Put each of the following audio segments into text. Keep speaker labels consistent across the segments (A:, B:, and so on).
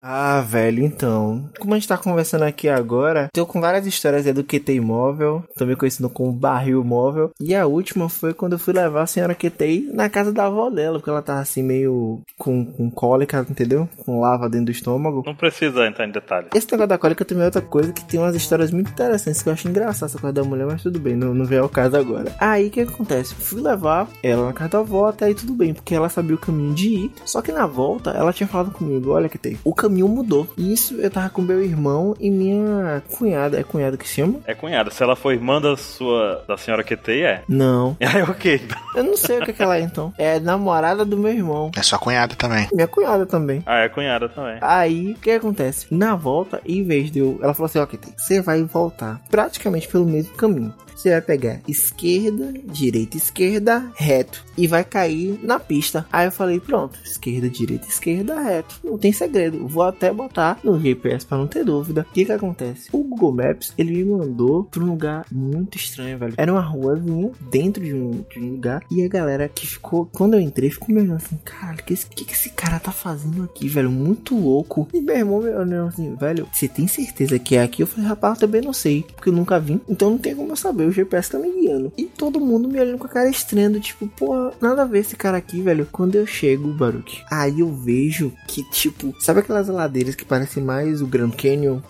A: Ah, velho, então. Como a gente tá conversando aqui agora, tô com várias histórias aí do QT móvel, também conhecido como barril móvel. E a última foi quando eu fui levar a senhora QT na casa da avó dela, porque ela tava assim meio com, com cólica, entendeu? Com lava dentro do estômago.
B: Não precisa entrar em detalhes.
A: Esse negócio da cólica também é outra coisa que tem umas histórias muito interessantes que eu acho engraçado essa coisa da mulher, mas tudo bem, não, não vem ao caso agora. Aí o que acontece? Fui levar ela na casa da avó, até aí tudo bem, porque ela sabia o caminho de ir. Só que na volta ela tinha falado comigo: olha que tem, o caminho mudou. E isso eu tava com meu irmão e minha cunhada. É cunhada que se chama?
B: É cunhada. Se ela for irmã da sua da senhora QT, é.
A: Não.
B: É ok.
A: Eu não sei o que, é que ela é então. É namorada do meu irmão.
C: É sua cunhada também.
A: Minha cunhada também.
B: Ah, é cunhada também.
A: Aí, o que acontece? Na volta, em vez de eu. Ela falou assim: ó, Kitty, você vai voltar praticamente pelo mesmo caminho. Você vai pegar esquerda, direita, esquerda, reto. E vai cair na pista. Aí eu falei: pronto, esquerda, direita, esquerda, reto. Não tem segredo. Vou até botar no GPS pra não ter dúvida. O que que acontece? O Google Maps, ele me mandou pra um lugar muito estranho, velho. Era uma ruazinha dentro de um, de um lugar. E a galera que ficou, quando eu entrei, ficou me olhando assim: caralho, o que, esse- que, que esse cara tá fazendo aqui, velho? Muito louco. E meu irmão me olhando assim: velho, você tem certeza que é aqui? Eu falei: rapaz, eu também não sei, porque eu nunca vim. Então não tem como eu saber. O GPS tá me guiando. E todo mundo me olhando com a cara estranha, do tipo, porra, nada a ver esse cara aqui, velho. Quando eu chego, Baruch, aí eu vejo que, tipo, sabe aquelas ladeiras que parecem mais o Grand Canyon?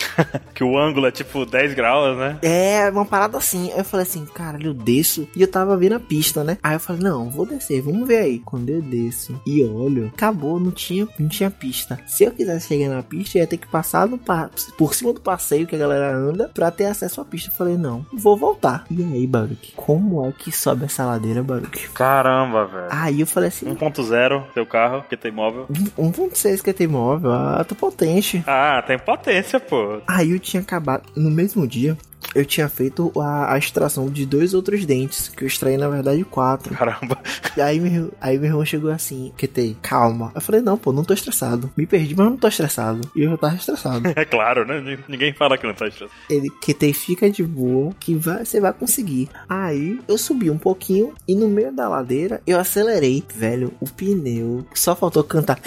B: Que o ângulo é tipo 10 graus, né?
A: É, uma parada assim. Aí eu falei assim, caralho, eu desço. E eu tava vendo a pista, né? Aí eu falei, não, vou descer, vamos ver aí. Quando eu desço e olho, acabou, não tinha, não tinha pista. Se eu quisesse chegar na pista, eu ia ter que passar no pa- por cima do passeio que a galera anda pra ter acesso à pista. Eu falei, não, vou voltar. E aí, Baruque, como é que sobe essa ladeira, Baruque?
B: Caramba, velho.
A: Aí eu falei assim, "Hum,
B: 1.0, seu carro, que tem móvel.
A: 1.6 que tem móvel, ah, tô potente.
B: Ah, tem potência, pô.
A: Aí eu tinha acabado, no mesmo dia, eu tinha feito a, a extração de dois outros dentes, que eu extraí na verdade quatro.
B: Caramba.
A: E aí meu, aí meu irmão chegou assim, QT, calma. Eu falei, não, pô, não tô estressado. Me perdi, mas não tô estressado. E eu já tava estressado.
B: É claro, né? Nin- Ninguém fala que não tá estressado.
A: Ele, QT, fica de boa, que vai, você vai conseguir. Aí eu subi um pouquinho e no meio da ladeira eu acelerei. Velho, o pneu, só faltou cantar.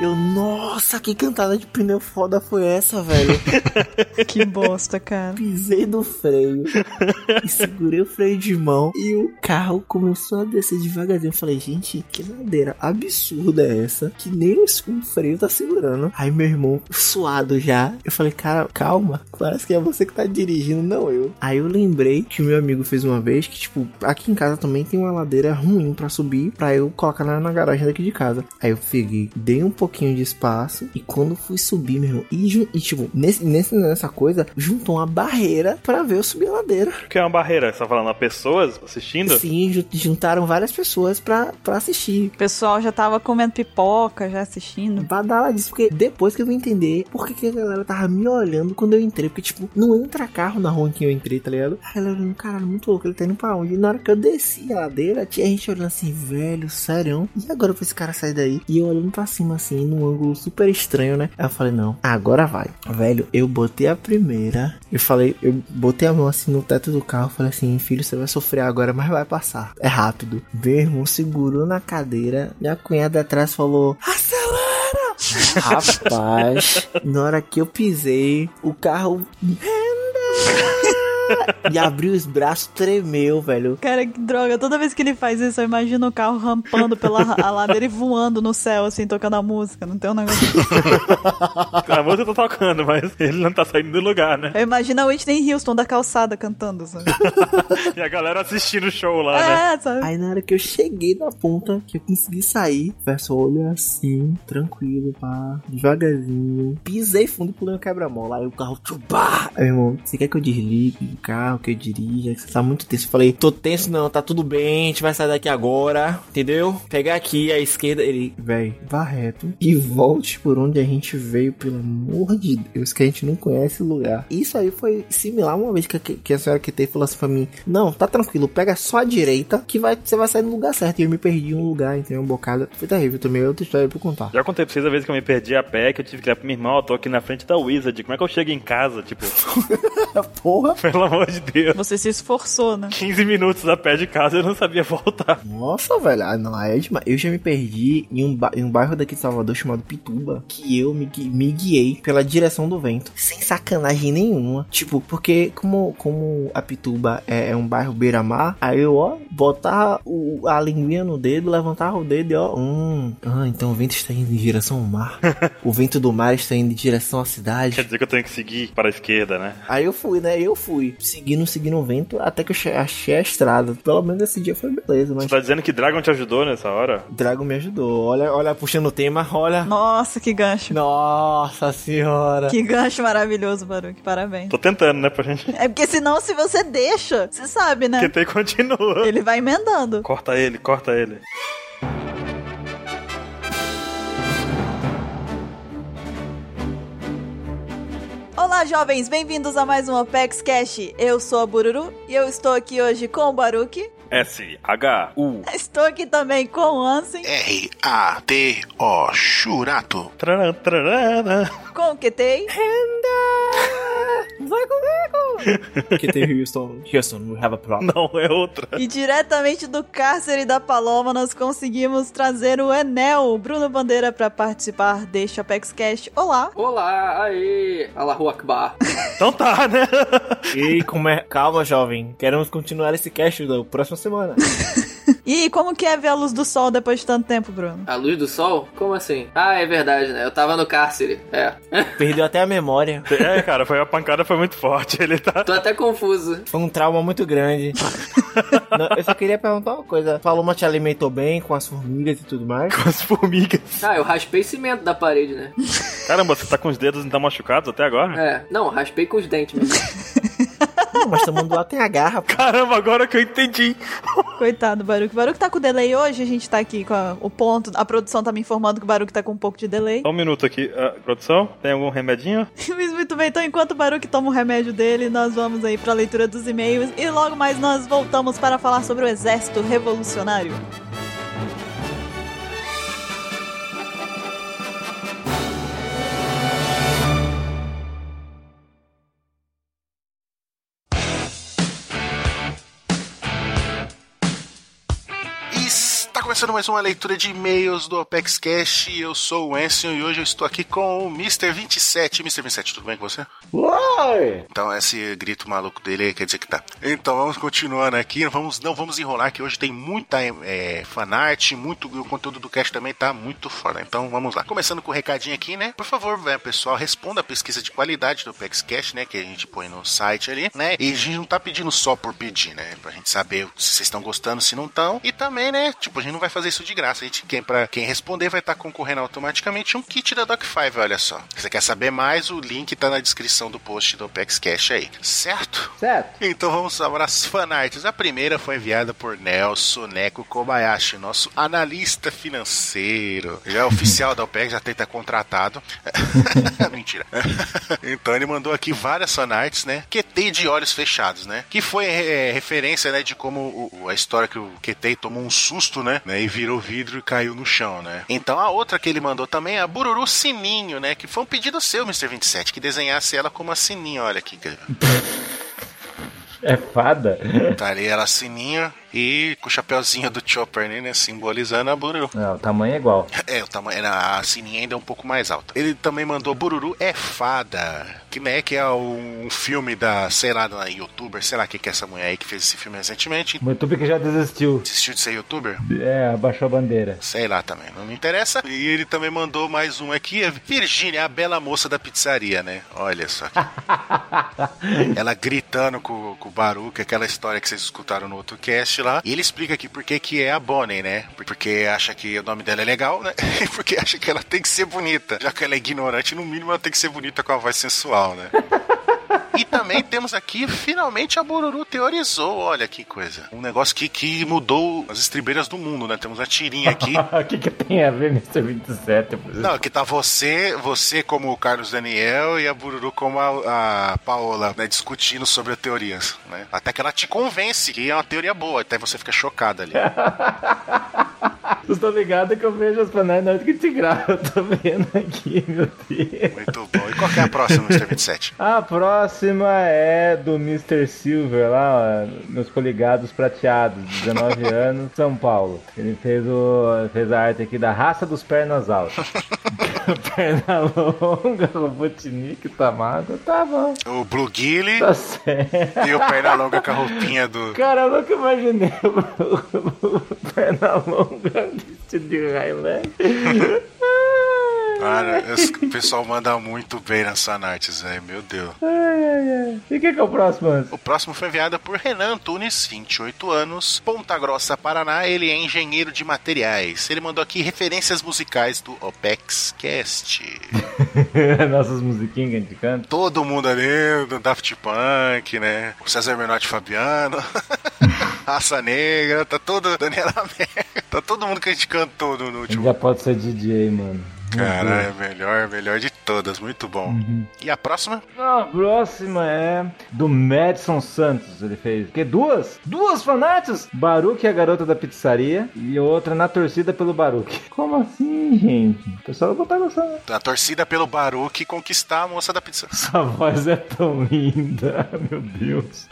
A: Eu, nossa, que cantada de pneu foda foi essa, velho?
D: Que bosta, cara.
A: pisei no freio e segurei o freio de mão e o carro começou a descer devagarzinho. Eu falei, gente, que ladeira absurda é essa? Que nem os- o freio tá segurando. Aí meu irmão, suado já, eu falei, cara, calma, parece que é você que tá dirigindo, não eu. Aí eu lembrei que o meu amigo fez uma vez que, tipo, aqui em casa também tem uma ladeira ruim pra subir, pra eu colocar na, na garagem daqui de casa. Aí eu peguei, dei um pouquinho de espaço e quando fui subir, meu irmão, e, ju- e, tipo, nesse, nesse- nessa coisa, juntou uma barreira pra ver eu subir a ladeira.
B: O que é uma barreira? Você tá falando a pessoas assistindo?
A: Sim, ju- juntaram várias pessoas pra, pra assistir.
D: O pessoal já tava comendo pipoca, já assistindo.
A: Badala disso, porque depois que eu vim entender por que, que a galera tava me olhando quando eu entrei. Porque, tipo, não entra carro na rua em que eu entrei, tá ligado? A galera olhando, caralho, muito louco, ele tá indo pra onde? E na hora que eu desci a ladeira, tinha gente olhando assim, velho, sério. E agora pra esse cara sair daí? E eu olhando pra cima, assim, num ângulo super estranho, né? Aí eu falei, não, agora vai. Velho, eu botei a primeira. Eu falei, eu botei a mão assim no teto do carro, falei assim, filho, você vai sofrer agora, mas vai passar. É rápido. Meu irmão segurou na cadeira, minha cunhada atrás falou, acelera! Rapaz, na hora que eu pisei, o carro. E abriu os braços, tremeu, velho.
D: Cara, que droga. Toda vez que ele faz isso, eu imagino o carro rampando pela ra- a ladeira e voando no céu, assim, tocando a música. Não tem um negócio.
B: A música tá tocando, mas ele não tá saindo do lugar, né?
D: Eu imagino a Whitney Houston da calçada cantando, sabe?
B: E a galera assistindo o show lá, né?
D: É, sabe?
A: Aí na hora que eu cheguei na ponta, que eu consegui sair, o pessoal olhou assim, tranquilo, pá, devagarzinho. Pisei fundo, pulei no quebra-mola, aí o carro tchubá. Aí, meu irmão, você quer que eu desligue o carro, que eu dirija? Que Você tá muito tenso. Eu falei, tô tenso não, tá tudo bem, a gente vai sair daqui agora, entendeu? Pegar aqui a esquerda, ele, véi, vá reto e volte por onde a gente veio, pelo amor de Deus, que a gente não conhece o lugar. Isso aí foi similar a uma vez que, a- que a senhora que teve falou assim pra mim: Não, tá tranquilo, pega só a direita que vai, você vai sair no lugar certo. E eu me perdi em um lugar, entrei em um bocado. Foi terrível também, é outra história pra contar.
B: Já contei pra vocês a vez que eu me perdi a pé, que eu tive que ir pro meu irmão, eu tô aqui na frente da Wizard. Como é que eu chego em casa? Tipo,
A: Porra!
B: pelo amor de Deus.
D: Você se esforçou, né?
B: 15 minutos a pé de casa eu não sabia voltar.
A: Nossa, velho. Ah, não, aí é demais. Eu já me perdi em um, ba- em um bairro daqui de Salvador chamado Pituba, que eu me, gui- me guiei pela direção do vento. Sem sacanagem nenhuma. Tipo, porque como, como a Pituba é, é um bairro beira-mar, aí eu, ó, botava o- a linguinha no dedo, levantava o dedo e, ó, hum. Ah, então o vento está indo em direção ao mar. o vento do mar está indo em direção à cidade.
B: Quer dizer que eu tenho que seguir para a esquerda, né?
A: Aí eu fui, né? Eu fui. Seguindo, seguindo o vento, até que eu che- achei a estrada. Pelo menos esse dia foi beleza, mas.
B: Você tá dizendo que Dragon te ajudou nessa hora?
A: Drago me ajudou. Olha, olha, puxando o tema, olha.
D: Nossa, que gancho.
A: Nossa senhora.
D: Que gancho maravilhoso, Baruque. Parabéns.
B: Tô tentando, né, pra gente.
D: É porque senão, se você deixa, você sabe, né?
B: Tentei e continua.
D: Ele vai emendando.
B: Corta ele, corta ele.
D: Olá, jovens. Bem-vindos a mais um Opex Cash. Eu sou a Bururu e eu estou aqui hoje com o Baruque.
B: S, H, U.
D: Estou aqui também com o Ansem,
C: R-A-T-O, Churato.
B: Tcharam, tcharam.
D: com o Ketei
A: Vai comigo! que tem Houston. Houston, we have a problem.
B: Não, é outra.
D: e diretamente do cárcere da Paloma nós conseguimos trazer o Enel, o Bruno Bandeira, para participar deste Opex Cash. Olá.
E: Olá, aê! Allahu Akbar.
B: Então tá, né?
A: E como é. Calma, jovem. Queremos continuar esse cast da próxima semana.
D: E como que é ver a luz do sol depois de tanto tempo, Bruno?
E: A luz do sol? Como assim? Ah, é verdade, né? Eu tava no cárcere. É.
A: Perdeu até a memória.
B: É, cara, foi a pancada foi muito forte. Ele tá.
E: Tô até confuso.
A: Foi um trauma muito grande. Não, eu só queria perguntar uma coisa. Paloma te alimentou bem com as formigas e tudo mais?
B: com as formigas.
E: Ah, eu raspei cimento da parede, né?
B: Caramba, você tá com os dedos então machucados até agora?
E: É. Não, raspei com os dentes mesmo.
A: Não, mas tamanduá tem a garra, pô.
B: Caramba, agora que eu entendi.
D: Coitado, Baruque. Baruque tá com delay hoje, a gente tá aqui com a- o ponto. A produção tá me informando que o Baruque tá com um pouco de delay.
B: Só um minuto aqui, Ah, produção. Tem algum remedinho?
D: Mas muito bem, então enquanto o Baruque toma o remédio dele, nós vamos aí pra leitura dos e-mails e logo mais nós voltamos para falar sobre o exército revolucionário.
C: Está começando mais uma leitura de e-mails do Apex Cash. Eu sou o Enson e hoje eu estou aqui com o Mr. 27. Mr. 27, tudo bem com você?
F: Uai!
C: Então, esse grito maluco dele quer dizer que tá. Então, vamos continuando aqui. Não Vamos, não vamos enrolar, que hoje tem muita é, fanart, muito, o conteúdo do cast também tá muito foda. Então, vamos lá. Começando com o recadinho aqui, né? Por favor, é, pessoal, responda a pesquisa de qualidade do Apex Cash, né? Que a gente põe no site ali, né? E a gente não tá pedindo só por pedir, né? Pra gente saber se vocês estão gostando, se não estão. E também, né? Tipo, a gente não vai fazer isso de graça. A gente, quem, pra quem responder vai estar concorrendo automaticamente um kit da Doc 5, olha só. Se você quer saber mais, o link tá na descrição do post do Apex Cash aí, certo?
F: Certo.
C: Então vamos para as fanarts. A primeira foi enviada por Nelson Neko Kobayashi, nosso analista financeiro. Já é oficial da OPEC, já tem que estar contratado. Mentira. então ele mandou aqui várias fanarts, né? Ketei de olhos fechados, né? Que foi é, referência, né, de como o- o- a história que o Ketei tomou um susto, né? né, E virou vidro e caiu no chão, né? Então a outra que ele mandou também é a Bururu Sininho, né? Que foi um pedido seu, Mr. 27, que desenhasse ela como a Sininho. Olha aqui, cara.
F: É fada?
C: Tá ali ela sininho e com o chapéuzinho do Chopper, né, né? Simbolizando a Bururu.
F: Não, o tamanho é igual.
C: É, o tamanho, a sininha ainda é um pouco mais alta. Ele também mandou Bururu é fada. Que, né, que é um filme da, sei lá, da youtuber, sei lá o que, que é essa mulher aí que fez esse filme recentemente.
F: O YouTube que já desistiu.
C: Desistiu de ser youtuber?
F: É, abaixou a bandeira.
C: Sei lá também, não me interessa. E ele também mandou mais um aqui, é Virgínia, a bela moça da pizzaria, né? Olha só. Ela gritando com, com o Baruque, aquela história que vocês escutaram no outro cast lá. E ele explica aqui por que que é a Bonnie, né? Porque acha que o nome dela é legal, né? E porque acha que ela tem que ser bonita. Já que ela é ignorante, no mínimo ela tem que ser bonita com a voz sensual, né? E também temos aqui, finalmente, a Bururu teorizou. Olha que coisa. Um negócio que, que mudou as estribeiras do mundo, né? Temos a tirinha aqui.
F: o que, que tem a ver, Mr. 27?
C: Não, aqui tá você, você como o Carlos Daniel e a Bururu como a, a Paola, né? Discutindo sobre as teorias, né? Até que ela te convence que é uma teoria boa. Até você fica chocada ali.
F: Vocês estão ligados que eu vejo as panéis na hora que te grava. Eu tô vendo aqui, meu Deus.
C: Muito bom. E qual que é a próxima, Mr. 27?
F: A próxima é do Mr. Silver lá, ó, meus coligados prateados, 19 anos, São Paulo. Ele fez, o, fez a arte aqui da raça dos pernas altas. Perna longa, Robotnik, Tamada, tá bom,
C: O Blue Gilly
F: tá certo.
C: e o Pernalonga com a roupinha do.
F: Cara, eu nunca imaginei o, o perna longa vestido de né? Highland.
C: Cara, esse- o pessoal manda muito bem nessa artes, velho. Meu Deus.
F: Ai, ai, ai. E o que, que é o próximo, Anson?
C: O próximo foi enviado por Renan Antunes, 28 anos, Ponta Grossa, Paraná. Ele é engenheiro de materiais. Ele mandou aqui referências musicais do Opex Cast.
F: Nossas musiquinhas que a gente canta.
C: Todo mundo ali, do Daft Punk, né? O César Menotti Fabiano. Raça Negra, tá todo. Daniela Mercury, tá todo mundo que a gente cantou no, no
F: A gente
C: último.
F: já pode ser DJ, mano.
C: Caralho, melhor, melhor de todas, muito bom.
F: Uhum.
C: E a próxima?
F: A próxima é do Madison Santos. Ele fez que duas? Duas fanáticas? Baruque é a garota da pizzaria e outra na torcida pelo Baruque. Como assim, gente? O pessoal não tá gostando.
C: A torcida pelo Baruque conquistar a moça da pizza.
F: Essa voz é tão linda, meu Deus.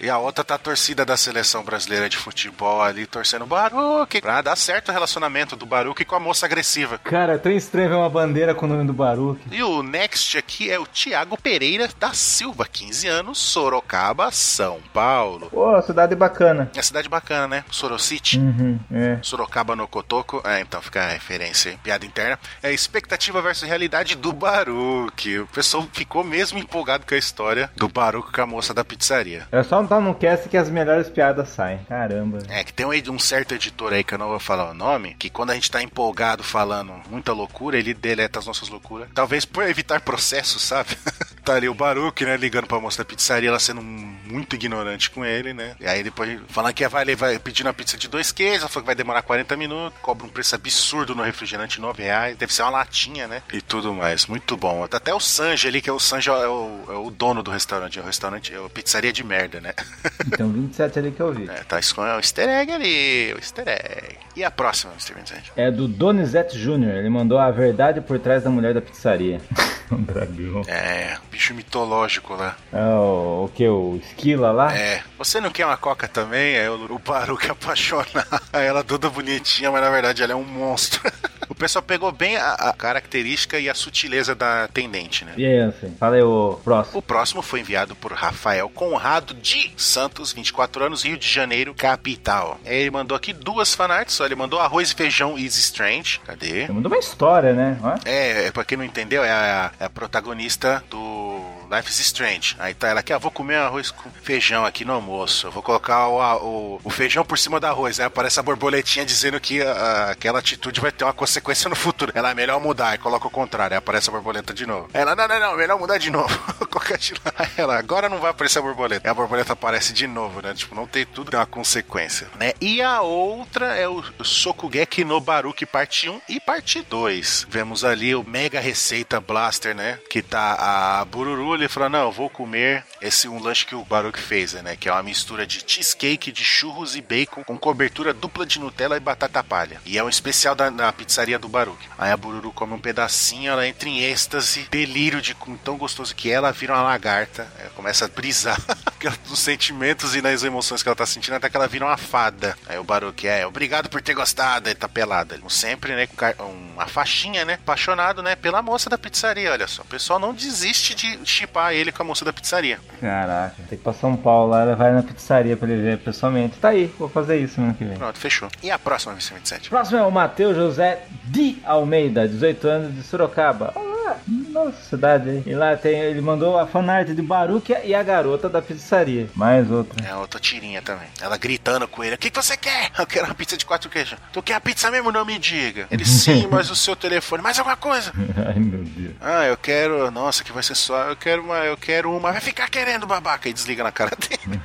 C: E a outra tá a torcida da seleção brasileira de futebol ali, torcendo Baruque, pra dar certo o relacionamento do Baruque com a moça agressiva.
F: Cara, é tão estranho ver uma bandeira com o nome do Baruque.
C: E o next aqui é o Thiago Pereira da Silva, 15 anos, Sorocaba, São Paulo.
F: Pô, cidade bacana.
C: É cidade bacana, né? Sorocity.
F: Uhum, é.
C: Sorocaba no Cotoco. Ah, então fica a referência, hein? piada interna. É expectativa versus realidade do Baruque. O pessoal ficou mesmo empolgado com a história do Baruque com a moça da pizzaria.
F: É só não tá no cast que as melhores piadas saem. Caramba.
C: É, que tem um, ed- um certo editor aí, que eu não vou falar o nome, que quando a gente tá empolgado falando muita loucura, ele deleta as nossas loucuras. Talvez por evitar processo, sabe? tá ali o Baruque, né, ligando pra moça da pizzaria, ela sendo muito ignorante com ele, né? E aí depois falando que vai, levar, pedindo uma pizza de dois queijos, ela falou que vai demorar 40 minutos, cobra um preço absurdo no refrigerante, 9 reais, deve ser uma latinha, né? E tudo mais, muito bom. Tá Até o Sanji ali, que é o Sanji é o, é o dono do restaurante, é o restaurante, é a pizzaria de merda, né?
F: Então 27 ali que eu vi.
C: É, tá escondendo o easter egg ali, o easter egg. E a próxima, Mr. Vincent?
F: É do Donizete Jr. Ele mandou a verdade por trás da mulher da pizzaria. Um dragão.
C: É, bicho mitológico lá.
F: É o, o que? O Esquila lá?
C: É, você não quer uma coca também? É o, o Baruque apaixonar. Ela toda bonitinha, mas na verdade ela é um monstro. O pessoal pegou bem a, a característica e a sutileza da tendente, né?
F: E aí, Ansem? Fala aí o próximo.
C: O próximo foi enviado por Rafael Conrado de Santos, 24 anos, Rio de Janeiro, capital. É, Ele mandou aqui duas fanarts, só ele mandou arroz e feijão is strange. Cadê?
F: Ele mandou uma história, né? Ó.
C: É, é, pra quem não entendeu, é a, é a protagonista do Life is Strange. Aí tá ela aqui, ah, vou comer arroz com feijão aqui no almoço. Eu vou colocar o, a- o, o feijão por cima do arroz. Aí aparece a borboletinha dizendo que ah, aquela atitude vai ter uma consequência no futuro. Ela é melhor mudar, aí coloca o contrário. Aí aparece a borboleta de novo. Ela, não, não, não, melhor mudar de novo. Coloca de lá. Aí Ela, agora não vai aparecer a borboleta. Aí a borboleta aparece de novo, né? Tipo, não tem tudo, tem uma consequência, né? E a outra é o Sokugeki no Baruki, parte 1 e parte 2. Vemos ali o Mega Receita Blaster, né? Que tá a Bururu, ele falou, não, eu vou comer esse um lanche que o Baruki fez, né? Que é uma mistura de cheesecake, de churros e bacon com cobertura dupla de Nutella e batata palha. E é um especial da, da pizzaria do Baruki. Aí a Bururu come um pedacinho, ela entra em êxtase, delírio de com- tão gostoso que ela vira uma lagarta, é, começa a brisar que ela- nos sentimentos e nas emoções que ela tá sentindo, até que ela vira uma fada. Aí o Baruque é, obrigado por ter gostado, aí tá pelada. Como sempre, né, com car- uma faixinha, né, apaixonado, né, pela moça da pizzaria, olha só. O pessoal não desiste de chipar ele com a moça da pizzaria.
F: Caraca. Tem que ir pra São Paulo lá, ela vai na pizzaria pra ele ver pessoalmente. Tá aí, vou fazer isso semana que vem.
C: Pronto, fechou. E a próxima, Mr. 27?
F: Próximo é o Matheus José de Almeida, 18 anos, de Sorocaba. Olá, nossa cidade aí. E lá tem, ele mandou a fanart de Baruque e a garota da pizzaria. Mais outra.
C: É outra tirinha também. Ela gritando com ele: O que, que você quer? Eu quero uma pizza de quatro queijos. Tu quer a pizza mesmo? Não me diga. Ele: Sim, mas o seu telefone. Mais alguma coisa?
F: Ai, meu Deus.
C: Ah, eu quero. Nossa, que vai ser só. Eu quero uma, eu quero uma. Vai ficar querendo, babaca. E desliga na cara dele.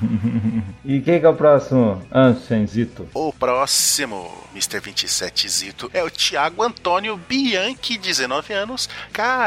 F: E quem que é o próximo? Ansenzito.
C: O próximo Mr. 27 Zito é o Tiago Antônio Bianchi, 19 anos,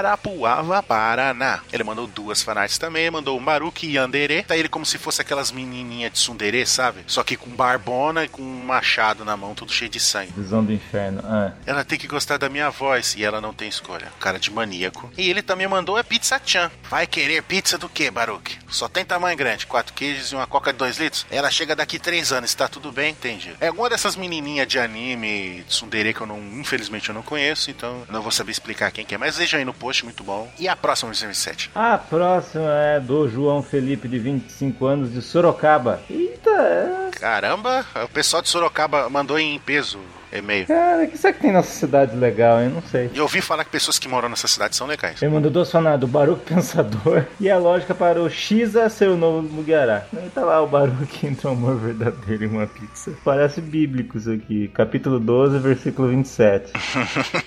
C: Carapuava, Paraná. Ele mandou duas fanarts também, mandou um o Maruki Yandere. Tá ele como se fosse aquelas menininhas de tsundere, sabe? Só que com barbona e com um machado na mão, tudo cheio de sangue.
F: Visão do inferno. Ah.
C: Ela tem que gostar da minha voz e ela não tem escolha. Cara de maníaco. E ele também mandou a pizza Chan. Vai querer pizza do que, Baruque? Só tem tamanho grande, 4 queijos e uma coca de 2 litros. Ela chega daqui 3 anos, tá tudo bem, entendi. É alguma dessas menininhas de anime, tsundere que eu não, infelizmente eu não conheço, então não vou saber explicar quem que é, mas veja aí no post, muito bom. E a próxima 2007.
F: A próxima é do João Felipe, de 25 anos, de Sorocaba. Eita, é...
C: Caramba, o pessoal de Sorocaba mandou em peso e-mail.
F: cara, o que será que tem nessa cidade legal, hein? Não sei.
C: E eu ouvi falar que pessoas que moram nessa cidade são legais.
F: Ele mandou duas fanar do Baruch Pensador e a lógica para o Xa ser o novo Mugiará. Aí tá lá o Baruch entre o amor verdadeiro e uma pizza. Parece bíblico isso aqui. Capítulo 12, versículo 27.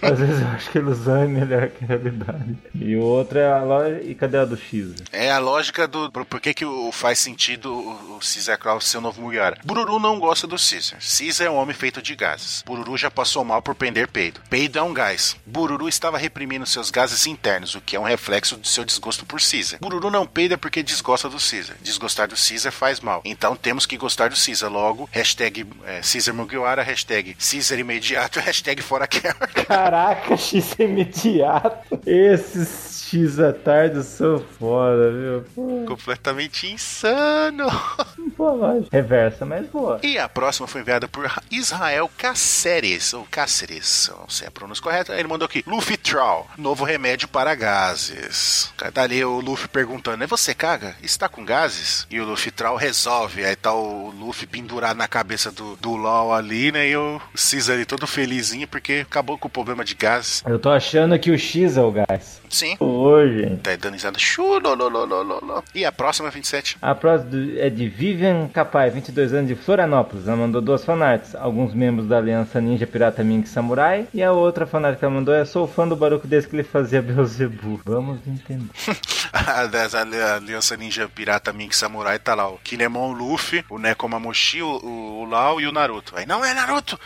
F: Às vezes eu acho que a ilusão é melhor que a realidade. E o outro é a lógica... E cadê a do Xa?
C: É a lógica do por, por que, que o, faz sentido o, o Caesar Claus ser o novo Mugiwara. Bururu não gosta do Caesar. Caesar é um homem feito de gases. Bururu já passou mal por prender peido. Peido é um gás. Bururu estava reprimindo seus gases internos, o que é um reflexo do seu desgosto por Caesar. Bururu não peida porque desgosta do Caesar. Desgostar do Caesar faz mal. Então temos que gostar do Caesar. Logo, hashtag é, Caesar Mugiwara, hashtag Caesar imediato, hashtag fora é Carol.
F: Caraca, X é imediato. Esses X atardos são foda, viu? Pô,
C: Completamente insano.
F: boa lógica. Reversa, mas boa.
C: E a próxima foi enviada por Israel Cáceres, ou Cáceres, não sei a pronúncia correta. Ele mandou aqui: Lufitral, novo remédio para gases. Tá ali o Luffy perguntando: É você caga? Está com gases? E o Lufitral resolve. Aí tá o Luffy pendurado na cabeça do, do LOL ali, né? E o Caesar ali todo felizinho porque acabou com o problema de gases.
F: Eu tô achando que o X é o gás.
C: Sim.
F: Ô, gente.
C: Tá aí dando risada. Chu, lo, lo, lo, lo, lo, lo. E a próxima é 27.
F: A próxima do- é de Vivian Capai, 22 anos, de Florianópolis. Ela mandou duas fanarts. Alguns membros da Aliança Ninja Pirata Mink Samurai. E a outra fanart que ela mandou é Sou fã do barulho desde que ele fazia Beelzebu. Vamos entender.
C: a, das- a, a Aliança Ninja Pirata Mink Samurai tá lá. O Kinemon, o Luffy, o Nekomamushi, o, o, o Lau e o Naruto. Aí, não é Naruto!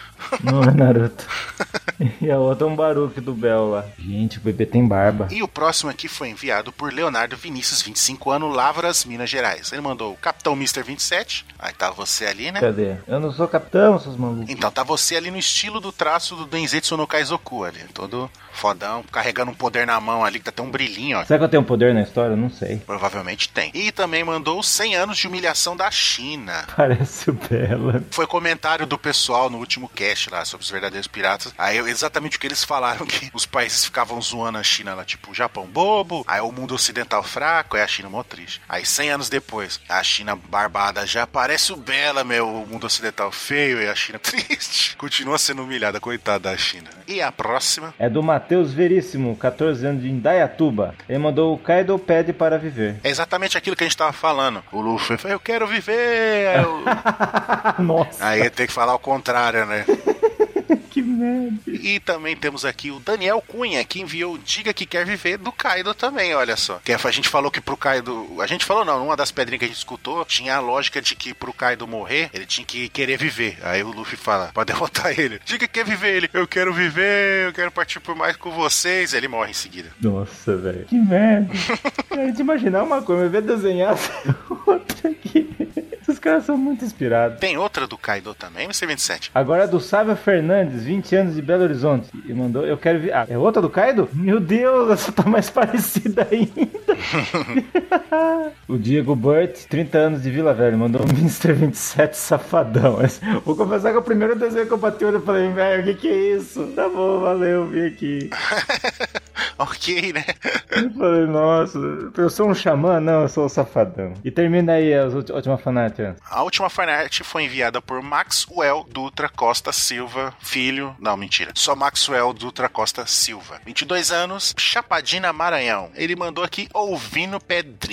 F: Não é Naruto. e a outra é um Baruque do Bel lá. Gente, o bebê tem barba.
C: E o próximo aqui foi enviado por Leonardo Vinícius, 25 anos, Lavras, Minas Gerais. Ele mandou o Capitão Mister 27. Aí tá você ali, né?
F: Cadê? Eu não sou capitão, seus malucos.
C: Então tá você ali no estilo do traço do Denzetsu no Kaizoku ali. Todo fodão, carregando um poder na mão ali, que tá até um brilhinho, ó.
F: Será que eu tenho poder na história? Eu não sei.
C: Provavelmente tem. E também mandou os 100 anos de humilhação da China.
F: Parece o Bela.
C: Foi comentário do pessoal no último cast lá sobre os verdadeiros piratas. Aí eu- exatamente o que eles falaram: que os países ficavam zoando a China lá, tipo, o Japão bobo, aí o mundo ocidental fraco, aí a China mó triste. Aí 100 anos depois, a China barbada já parece o Bela, meu, o mundo ocidental feio e a China triste. Continua sendo humilhada, coitada da China. né? E a próxima?
F: É do Matheus Veríssimo, 14 anos, de Indaiatuba. Ele mandou o Kaido Pad para viver.
C: É exatamente aquilo que a gente tava falando. O Luffy falou: Eu quero viver! é Aí eu-
F: Nossa,
C: Aí tem que falar o contrário, né?
F: que merda.
C: E também temos aqui o Daniel Cunha, que enviou o Diga Que Quer Viver do Kaido também, olha só. Que a gente falou que pro Kaido. A gente falou não, numa das pedrinhas que a gente escutou, tinha a lógica de que pro Kaido morrer, ele tinha que querer viver. Aí o Luffy fala, pra derrotar ele, Diga que quer viver ele, eu quero viver, eu quero partir por mais com vocês. Ele morre em seguida.
F: Nossa, velho. Que merda. Cara, de imaginar uma coisa, eu ver desenhar essa outra aqui. Esses caras são muito inspirados.
C: Tem outra do Kaido também, MC27.
F: Agora é do Sávio Fernandes, 20 anos de Belo Horizonte. E mandou, eu quero ver. Ah, é outra do Kaido? Meu Deus, essa tá mais parecida ainda. o Diego Burt, 30 anos de Vila Velha, mandou um Mr. 27 safadão. Esse- Vou confessar que é o primeiro desenho que eu bati o olho, eu falei, velho, o que que é isso? Tá bom, valeu, vim aqui.
C: ok, né?
F: Eu falei, nossa, eu sou um xamã? Não, eu sou um safadão. E termina aí a ulti- última fanática.
C: A última fanart foi enviada por Maxwell Dutra Costa Silva, filho. Não, mentira. Só Maxwell Dutra Costa Silva. 22 anos, Chapadina Maranhão. Ele mandou aqui ouvindo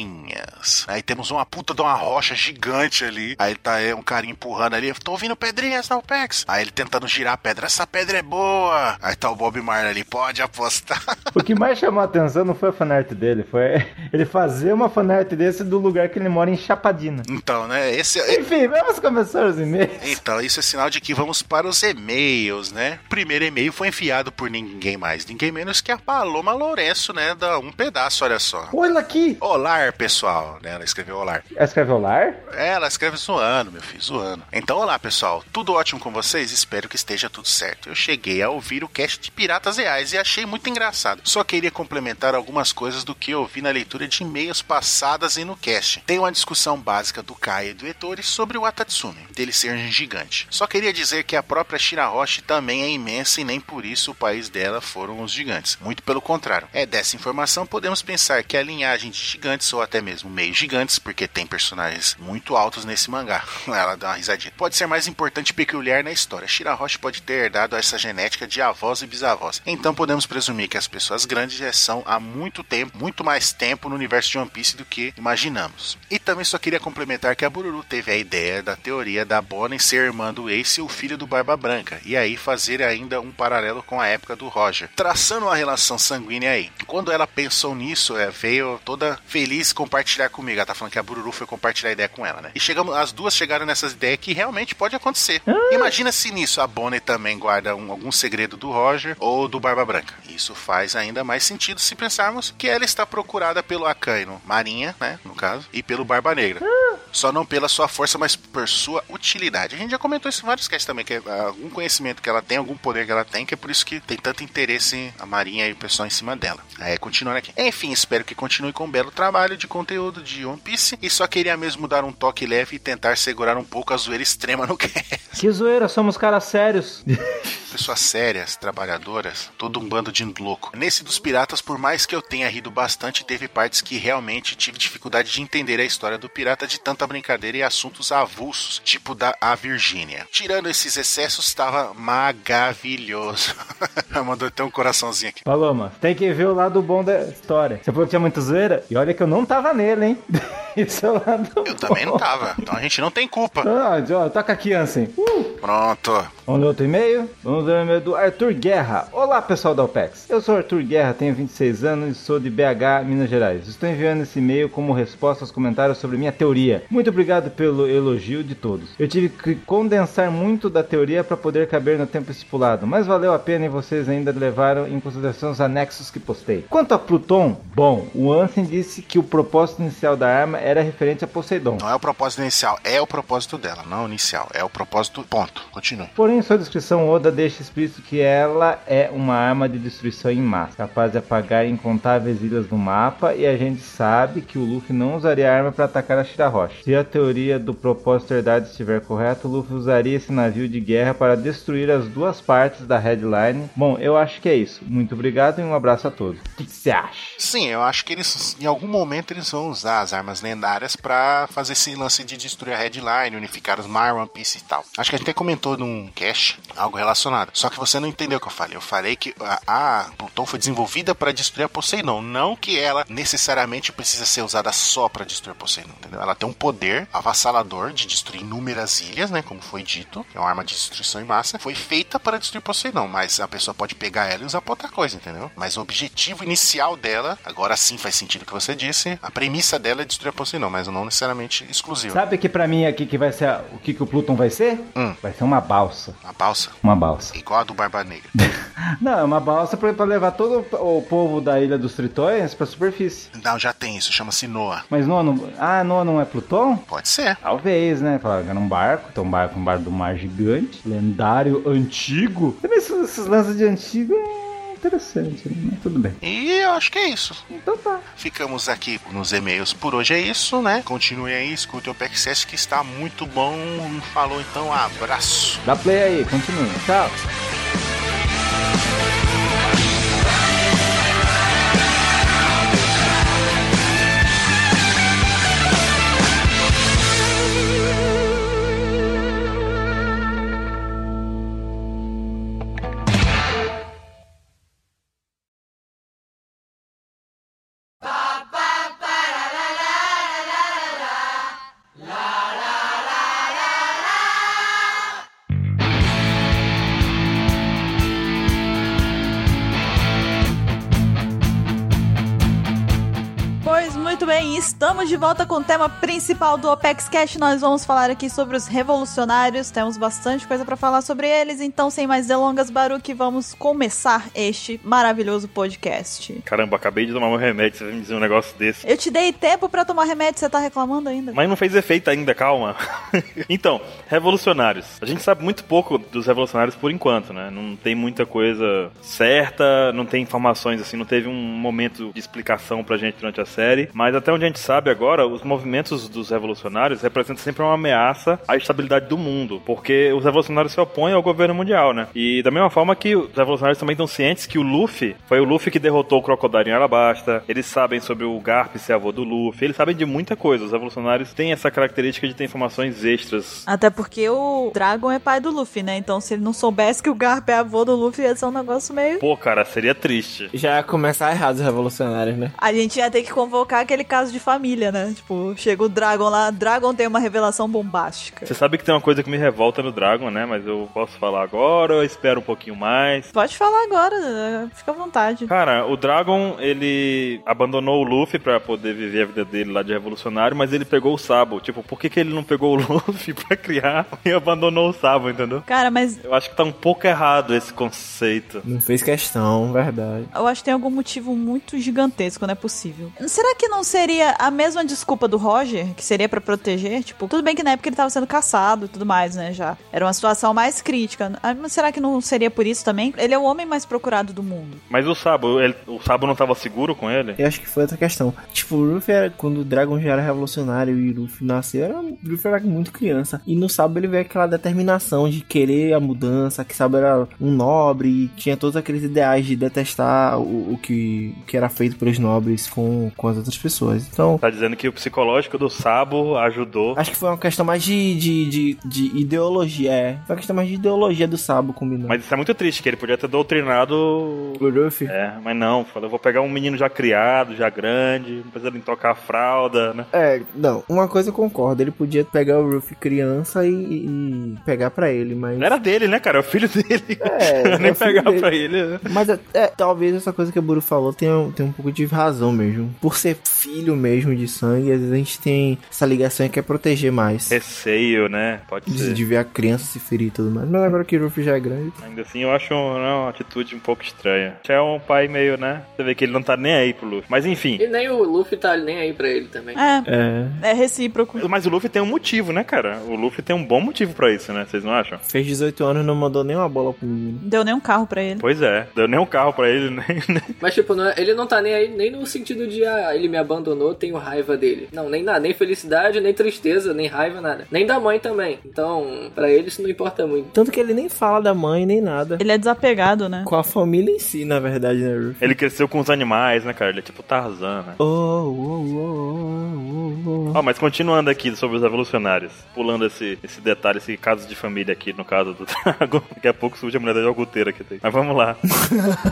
C: pedrinhas. Aí temos uma puta de uma rocha gigante ali. Aí tá é, um cara empurrando ali. Tô ouvindo pedrinhas na OPEX. Aí ele tentando girar a pedra. Essa pedra é boa. Aí tá o Bob Marley ali. Pode apostar.
F: O que que mais chamou a atenção não foi a fanart dele, foi ele fazer uma fanart desse do lugar que ele mora em Chapadina.
C: Então, né? Esse é-
F: Enfim, vamos começar os e-mails.
C: Então, isso é sinal de que vamos para os e-mails, né? O primeiro e-mail foi enviado por ninguém mais, ninguém menos que a Paloma Lourenço, né? Da Um Pedaço, olha só.
F: Olha aqui!
C: Olá, pessoal, né? Ela escreveu olá.
F: Ela escreveu lar?
C: Ela escreve zoando, meu filho, zoando. Então, olá pessoal, tudo ótimo com vocês? Espero que esteja tudo certo. Eu cheguei a ouvir o cast de Piratas Reais e achei muito engraçado. Só queria complementar algumas coisas do que eu ouvi na leitura de e-mails passadas e no cast. Tem uma discussão básica do Kai e do Ettore sobre o Atatsume, dele ser um gigante. Só queria dizer que a própria Shirahoshi também é imensa e nem por isso o país dela foram os gigantes. Muito pelo contrário. É dessa informação podemos pensar que a linhagem de gigantes ou até mesmo meio gigantes, porque tem personagens muito altos nesse mangá. Ela dá uma risadinha. Pode ser mais importante e peculiar na história. Shirahoshi pode ter herdado essa genética de avós e bisavós. Então podemos presumir que as pessoas grandes já são há muito tempo, muito mais tempo no universo de One Piece do que imaginamos. E também só queria complementar que a Bururu teve a ideia da teoria da Bonnie ser irmã do Ace e o filho do Barba Branca, e aí fazer ainda um paralelo com a época do Roger, traçando uma relação sanguínea aí. Quando ela pensou nisso, é, veio toda feliz compartilhar comigo. Ela tá falando que a Bururu foi compartilhar a ideia com ela, né? E chegamos, as duas chegaram nessas ideias que realmente pode acontecer. Imagina se nisso a Bonnie também guarda um- algum segredo do Roger ou do Barba Branca. Isso faz ainda mais sentido se pensarmos que ela está procurada pelo Acaino, Marinha, né, no caso, e pelo Barba Negra. Só não pela sua força, mas por sua utilidade. A gente já comentou isso em vários casos também, que é ah, algum conhecimento que ela tem, algum poder que ela tem, que é por isso que tem tanto interesse a Marinha e o pessoal em cima dela. É, continuando aqui. Enfim, espero que continue com um belo trabalho de conteúdo de One Piece e só queria mesmo dar um toque leve e tentar segurar um pouco a zoeira extrema no que
F: Que zoeira, somos caras sérios.
C: pessoas sérias, trabalhadoras, todo um bando de louco. Nesse dos piratas, por mais que eu tenha rido bastante, teve partes que realmente tive dificuldade de entender a história do pirata de tanta brincadeira e assuntos avulsos, tipo da a Virgínia. Tirando esses excessos, estava maravilhoso. Mandou até um coraçãozinho aqui.
F: Paloma, tem que ver o lado bom da história. Você falou que tinha muita zoeira? E olha que eu não tava nele, hein? Isso é o lado
C: Eu também não tava, então a gente não tem culpa.
F: Ah, ó, toca aqui, Ansem.
C: Pronto.
F: Vamos ler outro e-mail? Vamos ler o e-mail do Arthur Guerra. Olá, pessoal da OPEX. Eu sou Arthur Guerra, tenho 26 anos e sou de BH, Minas Gerais. Estou enviando esse e-mail como resposta aos comentários sobre minha teoria. Muito obrigado pelo elogio de todos. Eu tive que condensar muito da teoria para poder caber no tempo estipulado, mas valeu a pena e vocês ainda levaram em consideração os anexos que postei. Quanto a Pluton, bom, o Ansem disse que o propósito inicial da arma era referente a Poseidon.
C: Não é o propósito inicial, é o propósito dela, não o inicial. É o propósito, ponto. Continue.
F: Porém, em sua descrição, Oda deixa explícito que ela é uma arma de destruição em massa, capaz de apagar incontáveis ilhas do mapa, e a gente sabe que o Luffy não usaria a arma para atacar a Shirahoshi. Se a teoria do propósito herdado estiver correta, o Luffy usaria esse navio de guerra para destruir as duas partes da Headline. Bom, eu acho que é isso. Muito obrigado e um abraço a todos. O que que você acha?
C: Sim, eu acho que eles, em algum momento, eles vão usar as armas lendárias pra fazer esse lance de destruir a Headline, unificar os Mar, One Piece e tal. Acho que a gente até comentou num cast algo relacionado. Só que você não entendeu o que eu falei. Eu falei que a, a Pluton foi desenvolvida pra destruir a Poseidon. Não que ela necessariamente precisa ser usada só pra destruir Poseidon, entendeu? Ela tem um poder avassalador de destruir inúmeras ilhas, né? Como foi dito, é uma arma de destruição em massa. Foi feita para destruir Poseidon, mas a pessoa pode pegar ela e usar pra outra coisa, entendeu? Mas o objetivo inicial dela, agora sim faz sentido o que você disse, a premissa dela é destruir Poseidon, mas não necessariamente exclusiva.
F: Sabe que pra mim aqui que vai ser a- o que, que o Pluton vai ser?
C: Hum.
F: Vai ser uma balsa.
C: A balsa.
F: Uma balsa.
C: Igual a do Barba Negra.
F: Não, é uma balsa pra, pra levar todo o povo da Ilha dos Tritões pra superfície.
C: não, já tem isso, chama-se Noah.
F: Mas nono. Ah, nono não é Plutão?
C: Pode ser.
F: Talvez, né? Falaram que era um barco, então um barco, um barco do mar gigante, lendário, antigo. Também esses, esses lances de antigo é interessante, né? Mas tudo bem.
C: E eu acho que é isso.
F: Então tá.
C: Ficamos aqui nos e-mails por hoje. É isso, né? Continue aí, escute o PECSS que está muito bom. Falou então, abraço.
F: Dá play aí, continua. Tchau.
G: Thank
D: Muito bem, estamos de volta com o tema principal do Opex Cash. Nós vamos falar aqui sobre os revolucionários. Temos bastante coisa pra falar sobre eles, então sem mais delongas, Baruque, vamos começar este maravilhoso podcast.
B: Caramba, acabei de tomar meu remédio, você vai me dizer um negócio desse.
D: Eu te dei tempo pra tomar remédio, você tá reclamando ainda?
B: Mas não fez efeito ainda, calma. então, revolucionários. A gente sabe muito pouco dos revolucionários por enquanto, né? Não tem muita coisa certa, não tem informações assim, não teve um momento de explicação pra gente durante a série. Mas até onde a gente sabe agora, os movimentos dos revolucionários representam sempre é uma ameaça à estabilidade do mundo, porque os revolucionários se opõem ao governo mundial, né? E da mesma forma que os revolucionários também estão cientes que o Luffy foi o Luffy que derrotou o Crocodile em Alabasta, eles sabem sobre o Garp ser avô do Luffy, eles sabem de muita coisa. Os revolucionários têm essa característica de ter informações extras.
D: Até porque o Dragon é pai do Luffy, né? Então se ele não soubesse que o Garp é avô do Luffy, ia ser um negócio meio.
B: Pô, cara, seria triste.
A: Já começar errado os revolucionários, né?
D: A gente ia ter que convocar aquele caso de família, né? Tipo, chega o Dragon lá, Dragon tem uma revelação bombástica.
B: Você sabe que tem uma coisa que me revolta no Dragon, né? Mas eu posso falar agora, eu espero um pouquinho mais.
D: Pode falar agora, né? fica à vontade.
B: Cara, o Dragon, ele abandonou o Luffy pra poder viver a vida dele lá de revolucionário, mas ele pegou o Sabo. Tipo, por que, que ele não pegou o Luffy pra criar e abandonou o Sabo, entendeu?
D: Cara, mas
B: Eu acho que tá um pouco errado esse conceito.
A: Não fez questão, verdade.
D: eu acho que tem algum motivo muito gigantesco, não é possível. Será que não seria a mesma desculpa do Roger, que seria pra proteger? Tipo, tudo bem que na época ele tava sendo caçado e tudo mais, né? Já era uma situação mais crítica. Ah, Mas será que não seria por isso também? Ele é o homem mais procurado do mundo.
B: Mas o Sabo, ele- o Sabo não tava seguro com ele?
A: Eu acho que foi outra questão. Tipo, o Luffy era, quando o Dragon já era revolucionário e o Luffy nasceu, era, um, o Luffy era muito criança. E no Sabo ele vê aquela determinação de querer a mudança, que Sabo era um nobre e tinha todos aqueles ideais de detestar o, o que, o que era feito pelos nobres com, com as outras pessoas. Então,
B: Tá dizendo que o psicológico do Sabo ajudou.
A: acho que foi uma questão mais de, de, de, de ideologia, é. Foi uma questão mais de ideologia do Sabo combinando.
B: Mas isso é muito triste, que ele podia ter doutrinado.
A: O Luffy...
B: É, mas não, falou, eu vou pegar um menino já criado, já grande, não precisa nem tocar a fralda, né?
A: É, não, uma coisa eu concordo, ele podia pegar o Luffy criança e, e- e pegar pra ele, mas...
B: Não era dele, né, cara? É o filho dele.
A: É,
B: nem
A: é o filho
B: pegar
A: dele.
B: pra ele. né?
A: Mas é, é, talvez essa coisa que o Buru falou tenha, tenha um pouco de razão mesmo. Por ser filho mesmo de sangue, às vezes a gente tem essa ligação e quer proteger mais.
B: Receio, né? Pode
A: De,
B: ser.
A: de ver a criança se ferir e tudo mais. Mas agora que o Ruffy já é grande.
B: Ainda assim, eu acho né, uma atitude um pouco estranha. Já é um pai meio, né? Você vê que ele não tá nem aí pro Luffy. Mas enfim.
E: E nem o Luffy tá nem aí pra ele também.
D: É,
A: É.
D: é recíproco.
B: Mas o Luffy tem um motivo, né, cara? O Luffy tem um bom motivo pra isso, né? Vocês não acham?
A: Fez 18 anos e não mandou nenhuma bola pro menino.
D: Não deu nem um carro pra ele.
B: Pois é. Deu nem um carro pra ele, nem.
E: Mas, tipo, não é- ele não tá nem aí, nem no sentido de, ah, ele me abandonou, tenho raiva dele. Não, nem nada, nem felicidade, nem tristeza, nem raiva, nada. Nem da mãe também. Então, pra ele isso não importa muito.
A: Tanto que ele nem fala da mãe, nem nada.
D: Ele é desapegado, né?
A: Com a família em si, na verdade, né, Ruffy?
B: Ele cresceu com os animais, né, cara? Ele é tipo Tarzan, né?
A: Oh, oh, oh, oh, oh, oh.
B: Ó, mas continuando aqui sobre os revolucionários, pulando esse, esse detalhe, esse caso de família aqui, no caso do Dragon, daqui a pouco surge a mulher da iogurteira aqui. Mas vamos lá.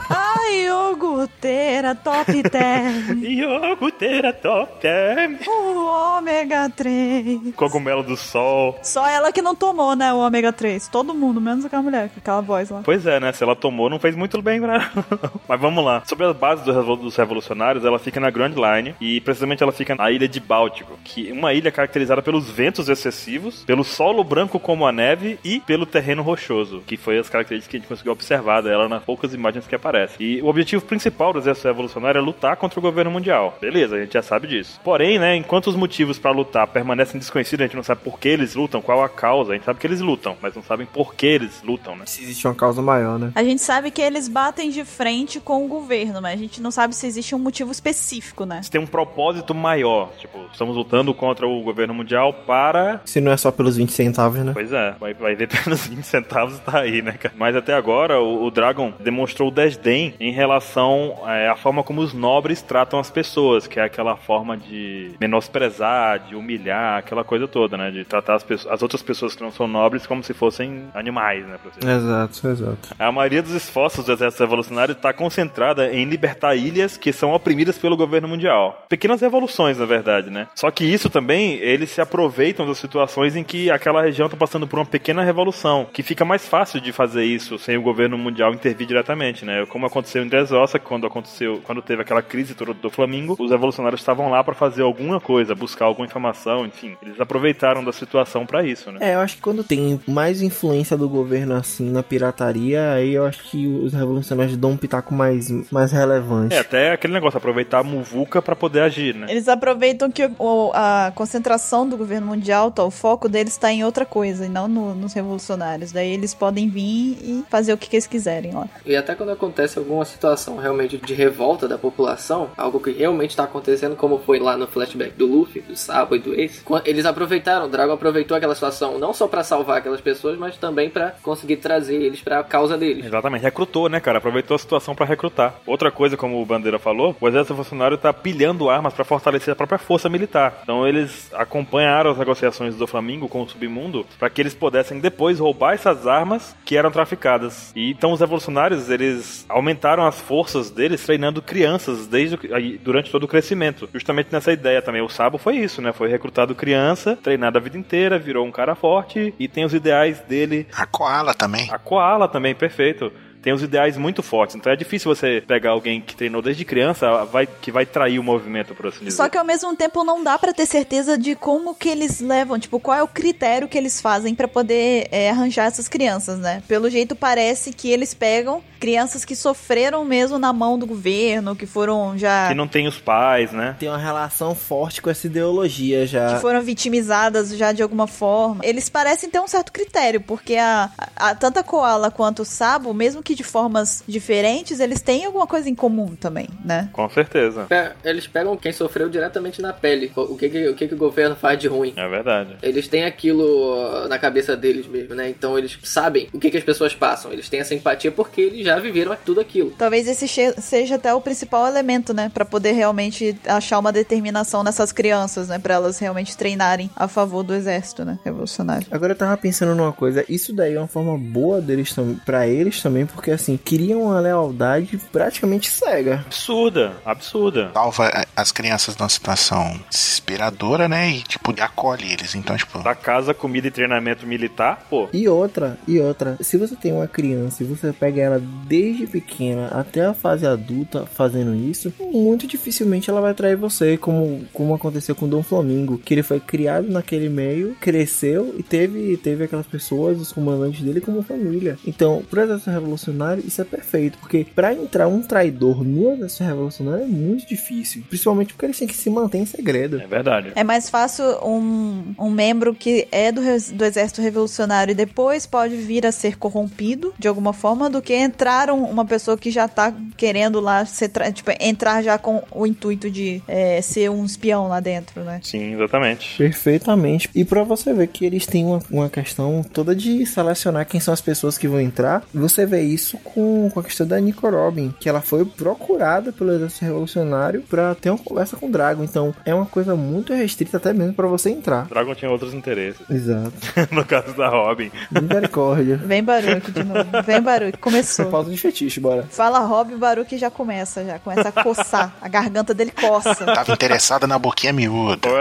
D: Ai, iogurteira, top 10,
B: iogurteira top term.
D: o ômega 3.
B: Cogumelo do sol.
D: Só ela que não tomou, né, o ômega 3. Todo mundo, menos aquela mulher, com aquela voz lá.
B: Pois é, né? Se ela tomou, não fez muito bem pra ela. Mas vamos lá. Sobre as bases do revol- dos revolucionários, ela fica na Grand Line e precisamente ela fica na ilha de Báltico, que é uma ilha caracterizada pelos ventos excessivos, pelo solo branco como a neve e pelo terreno rochoso, que foi as características que a gente conseguiu observar dela nas poucas imagens que aparecem. E o objetivo principal do exército revolucionário é lutar contra o governo mundial. Beleza, a gente já sabe disso. Porém, né, enquanto os motivos pra lutar permanecem desconhecidos, a gente não sabe por que eles lutam, qual a causa, a gente sabe que eles lutam, mas não sabem por que eles lutam, né?
A: Se existe uma causa maior, né?
D: A gente sabe que eles batem de frente com o governo, mas a gente não sabe se existe um motivo específico, né?
B: se tem um propósito maior. Tipo, estamos lutando contra o governo mundial para.
A: Se não é só pelos 20 centavos, né?
B: Pois é, vai, vai ver pelos 20 centavos tá aí, né, cara? Mas até agora, o, o Dragon demonstrou desdém em relação é, à forma como os nobres tratam as pessoas, que é aquela forma de menosprezar, de humilhar, aquela coisa toda, né? De tratar as, pessoas- as outras pessoas que não são nobres como se fossem animais, né? Pra você.
A: Exato, exato.
B: A maioria dos esforços do exército revolucionário está concentrada em libertar ilhas que são oprimidas pelo governo mundial. Pequenas revoluções, na verdade, né? Só que isso também, eles se aproveitam das situações em que aquela região está passando por uma pequena revolução, que fica mais fácil de fazer isso sem o governo mundial intervir diretamente, né? Como aconteceu em Dressrosa, quando aconteceu, quando teve aquela crise toda do Flamengo, os revolucionários revolucionários estavam lá pra fazer alguma coisa, buscar alguma informação, enfim. Eles aproveitaram da situação pra isso, né?
A: É, eu acho que quando tem mais influência do governo assim na pirataria, aí eu acho que os revolucionários dão um pitaco mais, mais relevante.
B: É, até aquele negócio, aproveitar a muvuca pra poder agir, né?
D: Eles aproveitam que o- a concentração do governo mundial, tá, o foco deles está em outra coisa e não no- nos revolucionários. Daí eles podem vir e fazer o que, que eles quiserem lá.
E: E até quando acontece alguma situação realmente de revolta da população, algo que realmente está acontecendo, como foi lá no flashback do Luffy, do Sabo e do Ace, quan- eles aproveitaram, o Dragon aproveitou aquela situação não só pra salvar aquelas pessoas, mas também pra conseguir trazer eles pra causa deles.
B: Exatamente, recrutou, né, cara? Aproveitou a situação pra recrutar. Outra coisa, como o Bandeira falou, o exército revolucionário tá pilhando armas pra fortalecer a própria força militar. Então eles acompanharam as negociações do Flamengo com o submundo pra que eles pudessem depois roubar essas armas que eram traficadas. E então os revolucionários, eles aumentaram as forças deles treinando crianças desde o- aí, durante todo o crescimento. Justamente nessa ideia também. O Sabo foi isso, né? Foi recrutado criança, treinado a vida inteira, virou um cara forte e tem os ideais dele
C: A Koala também.
B: a Koala também, perfeito. Tem os ideais muito fortes. Então é difícil você pegar alguém que treinou desde criança vai, que vai trair o movimento, por assim dizer.
D: Só que ao mesmo tempo não dá pra ter certeza de como que eles levam, tipo, qual é o critério que eles fazem pra poder é, arranjar essas crianças, né? Pelo jeito parece que eles pegam crianças que sofreram mesmo na mão do governo, que foram já
B: Que não tem os pais, né?
A: Tem uma relação forte com essa ideologia já.
D: que foram vitimizadas já de alguma forma. Eles parecem ter um certo critério, porque a, a, a- tanto a Koala quanto o Sabo, mesmo que de formas diferentes, eles têm alguma coisa em comum também, né?
B: Com certeza.
E: Pe- Eles pegam quem sofreu diretamente na pele, o que, que- o, que, que o governo faz de ruim.
B: É verdade.
E: Eles têm aquilo ó, na cabeça deles mesmo, né? Então eles sabem o que, que as pessoas passam. Eles têm essa empatia porque eles já viveram tudo aquilo.
D: Talvez esse che- seja até o principal elemento, né, Pra poder realmente achar uma determinação nessas crianças, né, Pra elas realmente treinarem a favor do exército, né, revolucionário.
A: Agora eu tava pensando numa coisa, isso daí é uma forma boa deles também, para eles também, porque assim, criam uma lealdade praticamente cega.
B: Absurda, absurda.
C: Salva a- as crianças numa situação desesperadora, né? E, tipo, acolhe eles. Então, tipo,
B: Da casa, comida e treinamento militar, pô.
A: E outra, e outra, se você tem uma criança e você pega ela desde pequena até a fase adulta fazendo isso, muito dificilmente ela vai trair você, como, como aconteceu com o Dom Flamingo, que ele foi criado naquele meio, cresceu e teve, teve aquelas pessoas, os comandantes dele, como família. Então, pro exército revolucionário, isso é perfeito, porque pra entrar um traidor no exército revolucionário é muito difícil, principalmente porque eles têm que se manter em segredo.
B: É verdade.
D: É mais fácil um, um membro que é do, res- do exército revolucionário e depois pode vir a ser corrompido de alguma forma do que entrar um- uma pessoa que já tá querendo lá ser tra- tipo, entrar já com o intuito de é, ser um espião lá dentro, né?
B: Sim, exatamente.
A: Perfeitamente. E pra você ver que eles têm uma, uma questão toda de selecionar quem são as pessoas que vão entrar, você vê isso com, com a questão da Nico Robin, que ela foi procurada pelo Exército Revolucionário pra ter uma conversa com o Drago. Então é uma coisa muito restrita, até mesmo pra você entrar.
B: Dragon tinha outros interesses.
A: Exato.
B: no caso da Robin.
A: Misericórdia.
D: Vem Baruque de novo, vem Baruque, começou.
A: Falta de fetiche, bora.
D: Fala Rob, o Baruque já começa, já começa a coçar, a garganta dele coça.
C: tava interessada na boquinha miúda.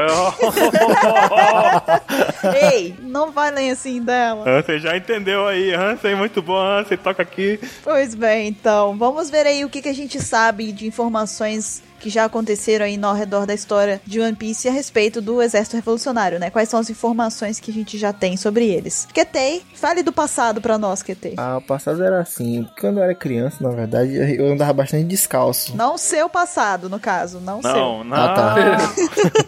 D: Ei, não falem assim dela.
B: Hansen já entendeu aí. Hansen, muito bom. Hansen, toca aqui.
D: Pois bem, então, vamos ver aí o que, que a gente sabe de informações que já aconteceram aí no- ao redor da história de One Piece a respeito do Exército Revolucionário, né? Quais são as informações que a gente já tem sobre eles? Ketei, fale do passado pra nós, Ketei.
A: Ah, o passado era assim. Quando eu era criança, na verdade, eu andava bastante descalço.
D: Não seu passado, no caso, não, seu.
B: Não, não.
A: Ah, tá.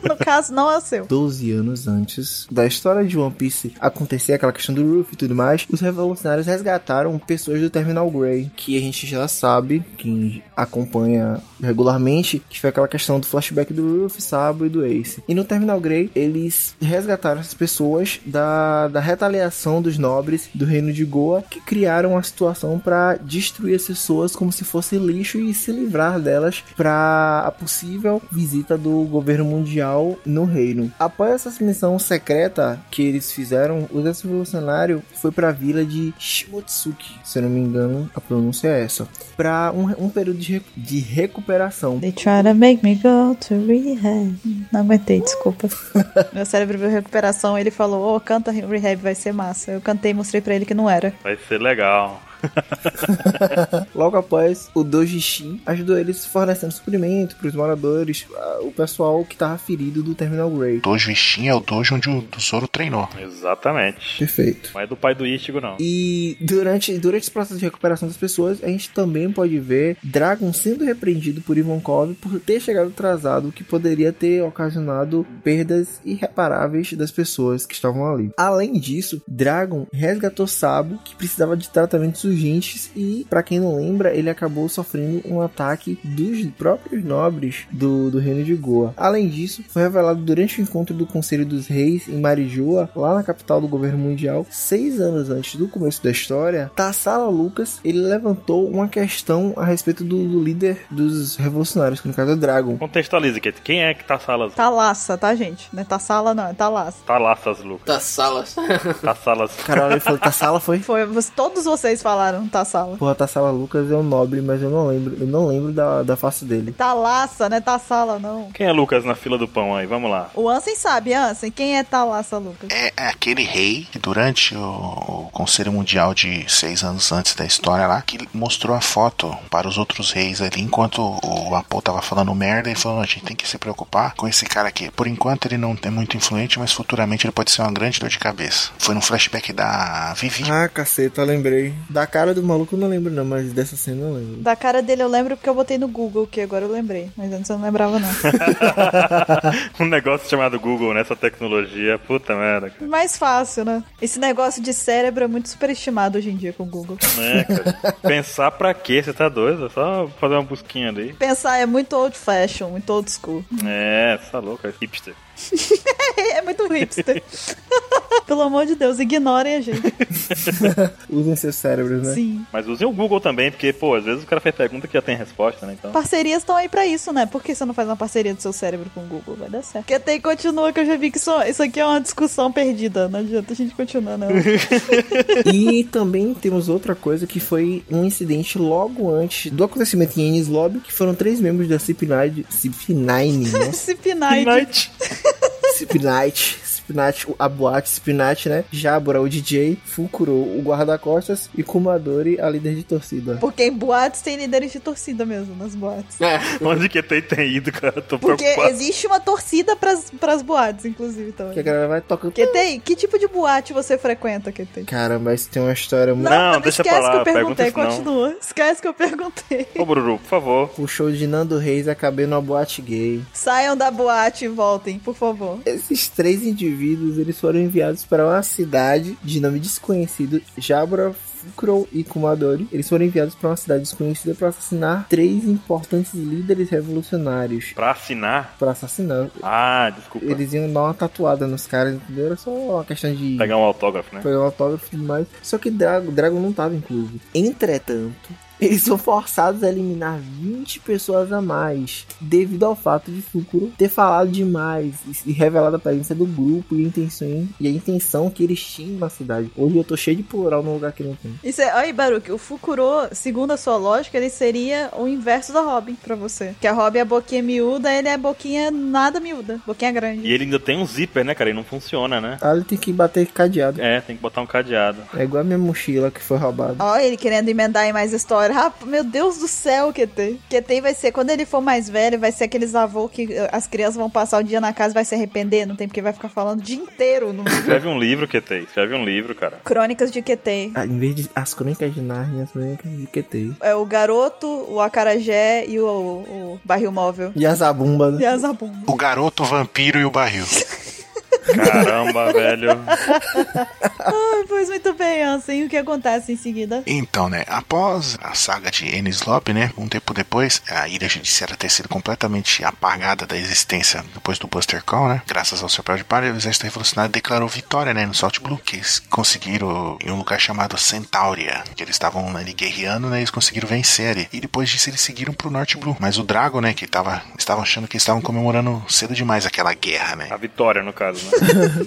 D: No caso, não é o seu.
A: 12 anos antes da história de One Piece acontecer aquela questão do Ruffy e tudo mais, os revolucionários resgataram pessoas do Terminal Grey, que a gente já sabe, quem acompanha regularmente, que foi aquela questão do flashback do Ruffy, Sabo e do Ace. E no Terminal Grey, eles resgataram essas pessoas da, da retaliação dos nobres do reino de Goa, que criaram a situação para destruir as pessoas como se fosse lixo e se livrar delas para a possível visita do governo mundial no reino. Após essa missão secreta que eles fizeram, o exército revolucionário foi para a vila de Shimotsuki, se eu não me engano, a pronúncia é essa, para um, um período de, recu- de recuperação.
D: They try to make me go to rehab. Não aguentei, desculpa. Meu cérebro viu "Oh, recuperação, ele falou, ô, canta rehab, vai ser massa. Eu cantei e mostrei pra ele que não era.
B: Vai ser legal.
A: Ah, Logo após, o Dojishin ajudou eles fornecendo suprimento para os moradores, ah, o pessoal que estava ferido do Terminal Grey.
C: Dojo Ishin é o dojo onde o Zoro treinou.
B: Exatamente.
A: Perfeito.
B: Não é do pai do Ichigo, não.
A: E durante, durante esse processo de recuperação das pessoas, a gente também pode ver Dragon sendo repreendido por Ivankov por ter chegado atrasado, o que poderia ter ocasionado perdas irreparáveis das pessoas que estavam ali. Além disso, Dragon resgatou Sabo, que precisava de tratamentos urgentes, e, para quem não lembra, ele acabou sofrendo um ataque dos próprios nobres do, do reino de Goa. Além disso, foi revelado durante o encontro do Conselho dos Reis em Marijoa, lá na capital do governo mundial, seis anos antes do começo da história, Tassala Lucas ele levantou uma questão a respeito do, do líder dos revolucionários, que no caso é Dragon.
B: Contextualiza, Kate. Quem é que tá salas?
D: Talaça, tá, gente? Não é Tassala, não, é Talaça.
B: Tá laças, Lucas.
E: Das salas.
B: Tá salas.
A: Caralho, ele falou Tassala foi?
D: Foi, vo- todos vocês falaram "Tá Tassala.
A: Porra, Tassala Lucas é um nobre, mas eu não lembro, eu não lembro da, da face dele.
D: Talaça, não é Tassala, não.
B: Quem é Lucas na fila do pão aí? Vamos lá.
D: O Ansem sabe, Ansem, quem é Talaça, Lucas?
C: É é aquele rei que durante o, o Conselho Mundial de seis anos antes da história lá, que mostrou a foto para os outros reis ali, enquanto o Apo tava falando merda e falou, a gente tem que se preocupar com esse cara aqui. Por enquanto ele não é muito influente, mas futuramente ele pode ser uma grande dor de cabeça. Foi num flashback da Vivi.
A: Ah, caceta, lembrei. Da cara do maluco eu não lembro não, mas dessa cena eu lembro.
D: Da cara dele eu lembro porque eu botei no Google, que agora eu lembrei. Mas antes eu não lembrava, não.
B: um negócio chamado Google nessa tecnologia. Puta merda, cara.
D: Mais fácil, né? Esse negócio de cérebro é muito superestimado hoje em dia com o Google.
B: É, cara. Pensar pra quê? Você tá doido? É só fazer uma busquinha ali.
D: Pensar é muito old fashion, muito old school.
B: É, tá louco, é hipster.
D: É muito hipster. Pelo amor de Deus, ignorem a gente.
A: Usem seus cérebros, né?
D: Sim.
B: Mas usem o Google também, porque, pô, às vezes o cara faz pergunta que já tem resposta, né? Então.
D: Parcerias estão aí pra isso, né? Por que você não faz uma parceria do seu cérebro com o Google? Vai dar certo. Porque tem continua que eu já vi que isso, isso aqui é uma discussão perdida. Não adianta a gente continuar, né? não.
A: E também temos outra coisa que foi um incidente logo antes do acontecimento em Ennis Lobby, que foram três membros da CP9, CP9, né?
D: Cipinite.
A: Spinite. Spinite, a boate Spinite, né? Jabura, o DJ, Fukuro, o guarda-costas e Kumadori, a líder de torcida.
D: Porque em boates tem líderes de torcida mesmo, nas boates.
E: É.
B: Onde que tem, tem ido, cara? Tô
D: Porque
B: preocupado.
D: existe uma torcida pras, pras boates, inclusive,
A: Que a
B: é?
D: também.
A: galera vai tocando.
D: Que tem? Que tipo de boate você frequenta, que tem?
A: Caramba, isso tem uma história muito.
B: Não, deixa pra
D: esquece
B: lá,
D: que eu perguntei,
B: pergunta isso
D: continua. Esquece que eu perguntei.
B: Ô, Bururu, por favor.
A: O show de Nando Reis acabei numa boate gay.
D: Saiam da boate e voltem, por favor.
A: Esses três indivíduos, eles foram enviados para uma cidade de nome desconhecido, Jabura, Fukuro e Kumadori. Eles foram enviados para uma cidade desconhecida para assassinar três importantes líderes revolucionários.
B: Pra assinar?
A: Para assassinar.
B: Ah, desculpa.
A: Eles iam dar uma tatuada nos caras, entendeu? Era só uma questão de
B: Pegar um autógrafo, né?
A: pegar um autógrafo e tudo mais. Só que Drago, Drago não tava incluso. Entretanto, eles são forçados a eliminar 20 pessoas a mais, devido ao fato de Fukuro ter falado demais e- e revelado a presença do grupo e a intenção, e a intenção que eles tinham na cidade. Hoje eu tô cheio de plural no lugar que não tem.
D: Isso é, aí, Baruque, o Fukuro, segundo a sua lógica, ele seria o inverso da Robin pra você. Que a Robin é a boquinha miúda, ele é a boquinha nada miúda, boquinha grande.
B: E ele ainda tem um zíper, né, cara? E não funciona, né?
A: Ah, ele tem que bater cadeado.
B: É, tem que botar um cadeado.
A: É igual a minha mochila que foi roubada.
D: Ó, ele querendo emendar em mais história. Ah, meu Deus do céu, QT. QT vai ser, quando ele for mais velho, vai ser aqueles avô que eh, as crianças vão passar o dia na casa e vai se arrepender, não tem porque vai ficar falando o dia inteiro no
B: Escreve um livro, QT. Escreve um livro, cara.
D: Crônicas de QT.
A: Ah, em vez de as crônicas de Narnia, as crônicas de QT.
D: É o garoto, o acarajé e o, o, o barril móvel.
A: E as né? abumbas.
D: E a zabumba.
C: O garoto, o vampiro e o barril.
B: Caramba, velho.
D: Ah, pois muito bem, Ansem. O que acontece em seguida?
C: Então, né, após a saga de Enislop, né, um tempo depois, a ilha judiciária ter sido completamente apagada da existência depois do Buster Call, né, graças ao chapéu de palha, o exército revolucionário declarou vitória, né, no Salt Blue, que eles conseguiram em um lugar chamado Centauria, que eles estavam ali guerreando, né, eles conseguiram vencer ali. E depois disso eles seguiram pro Norte Blue, mas o Drago, né, que tava, estavam achando que estavam comemorando cedo demais aquela guerra, né.
B: A vitória, no caso, né?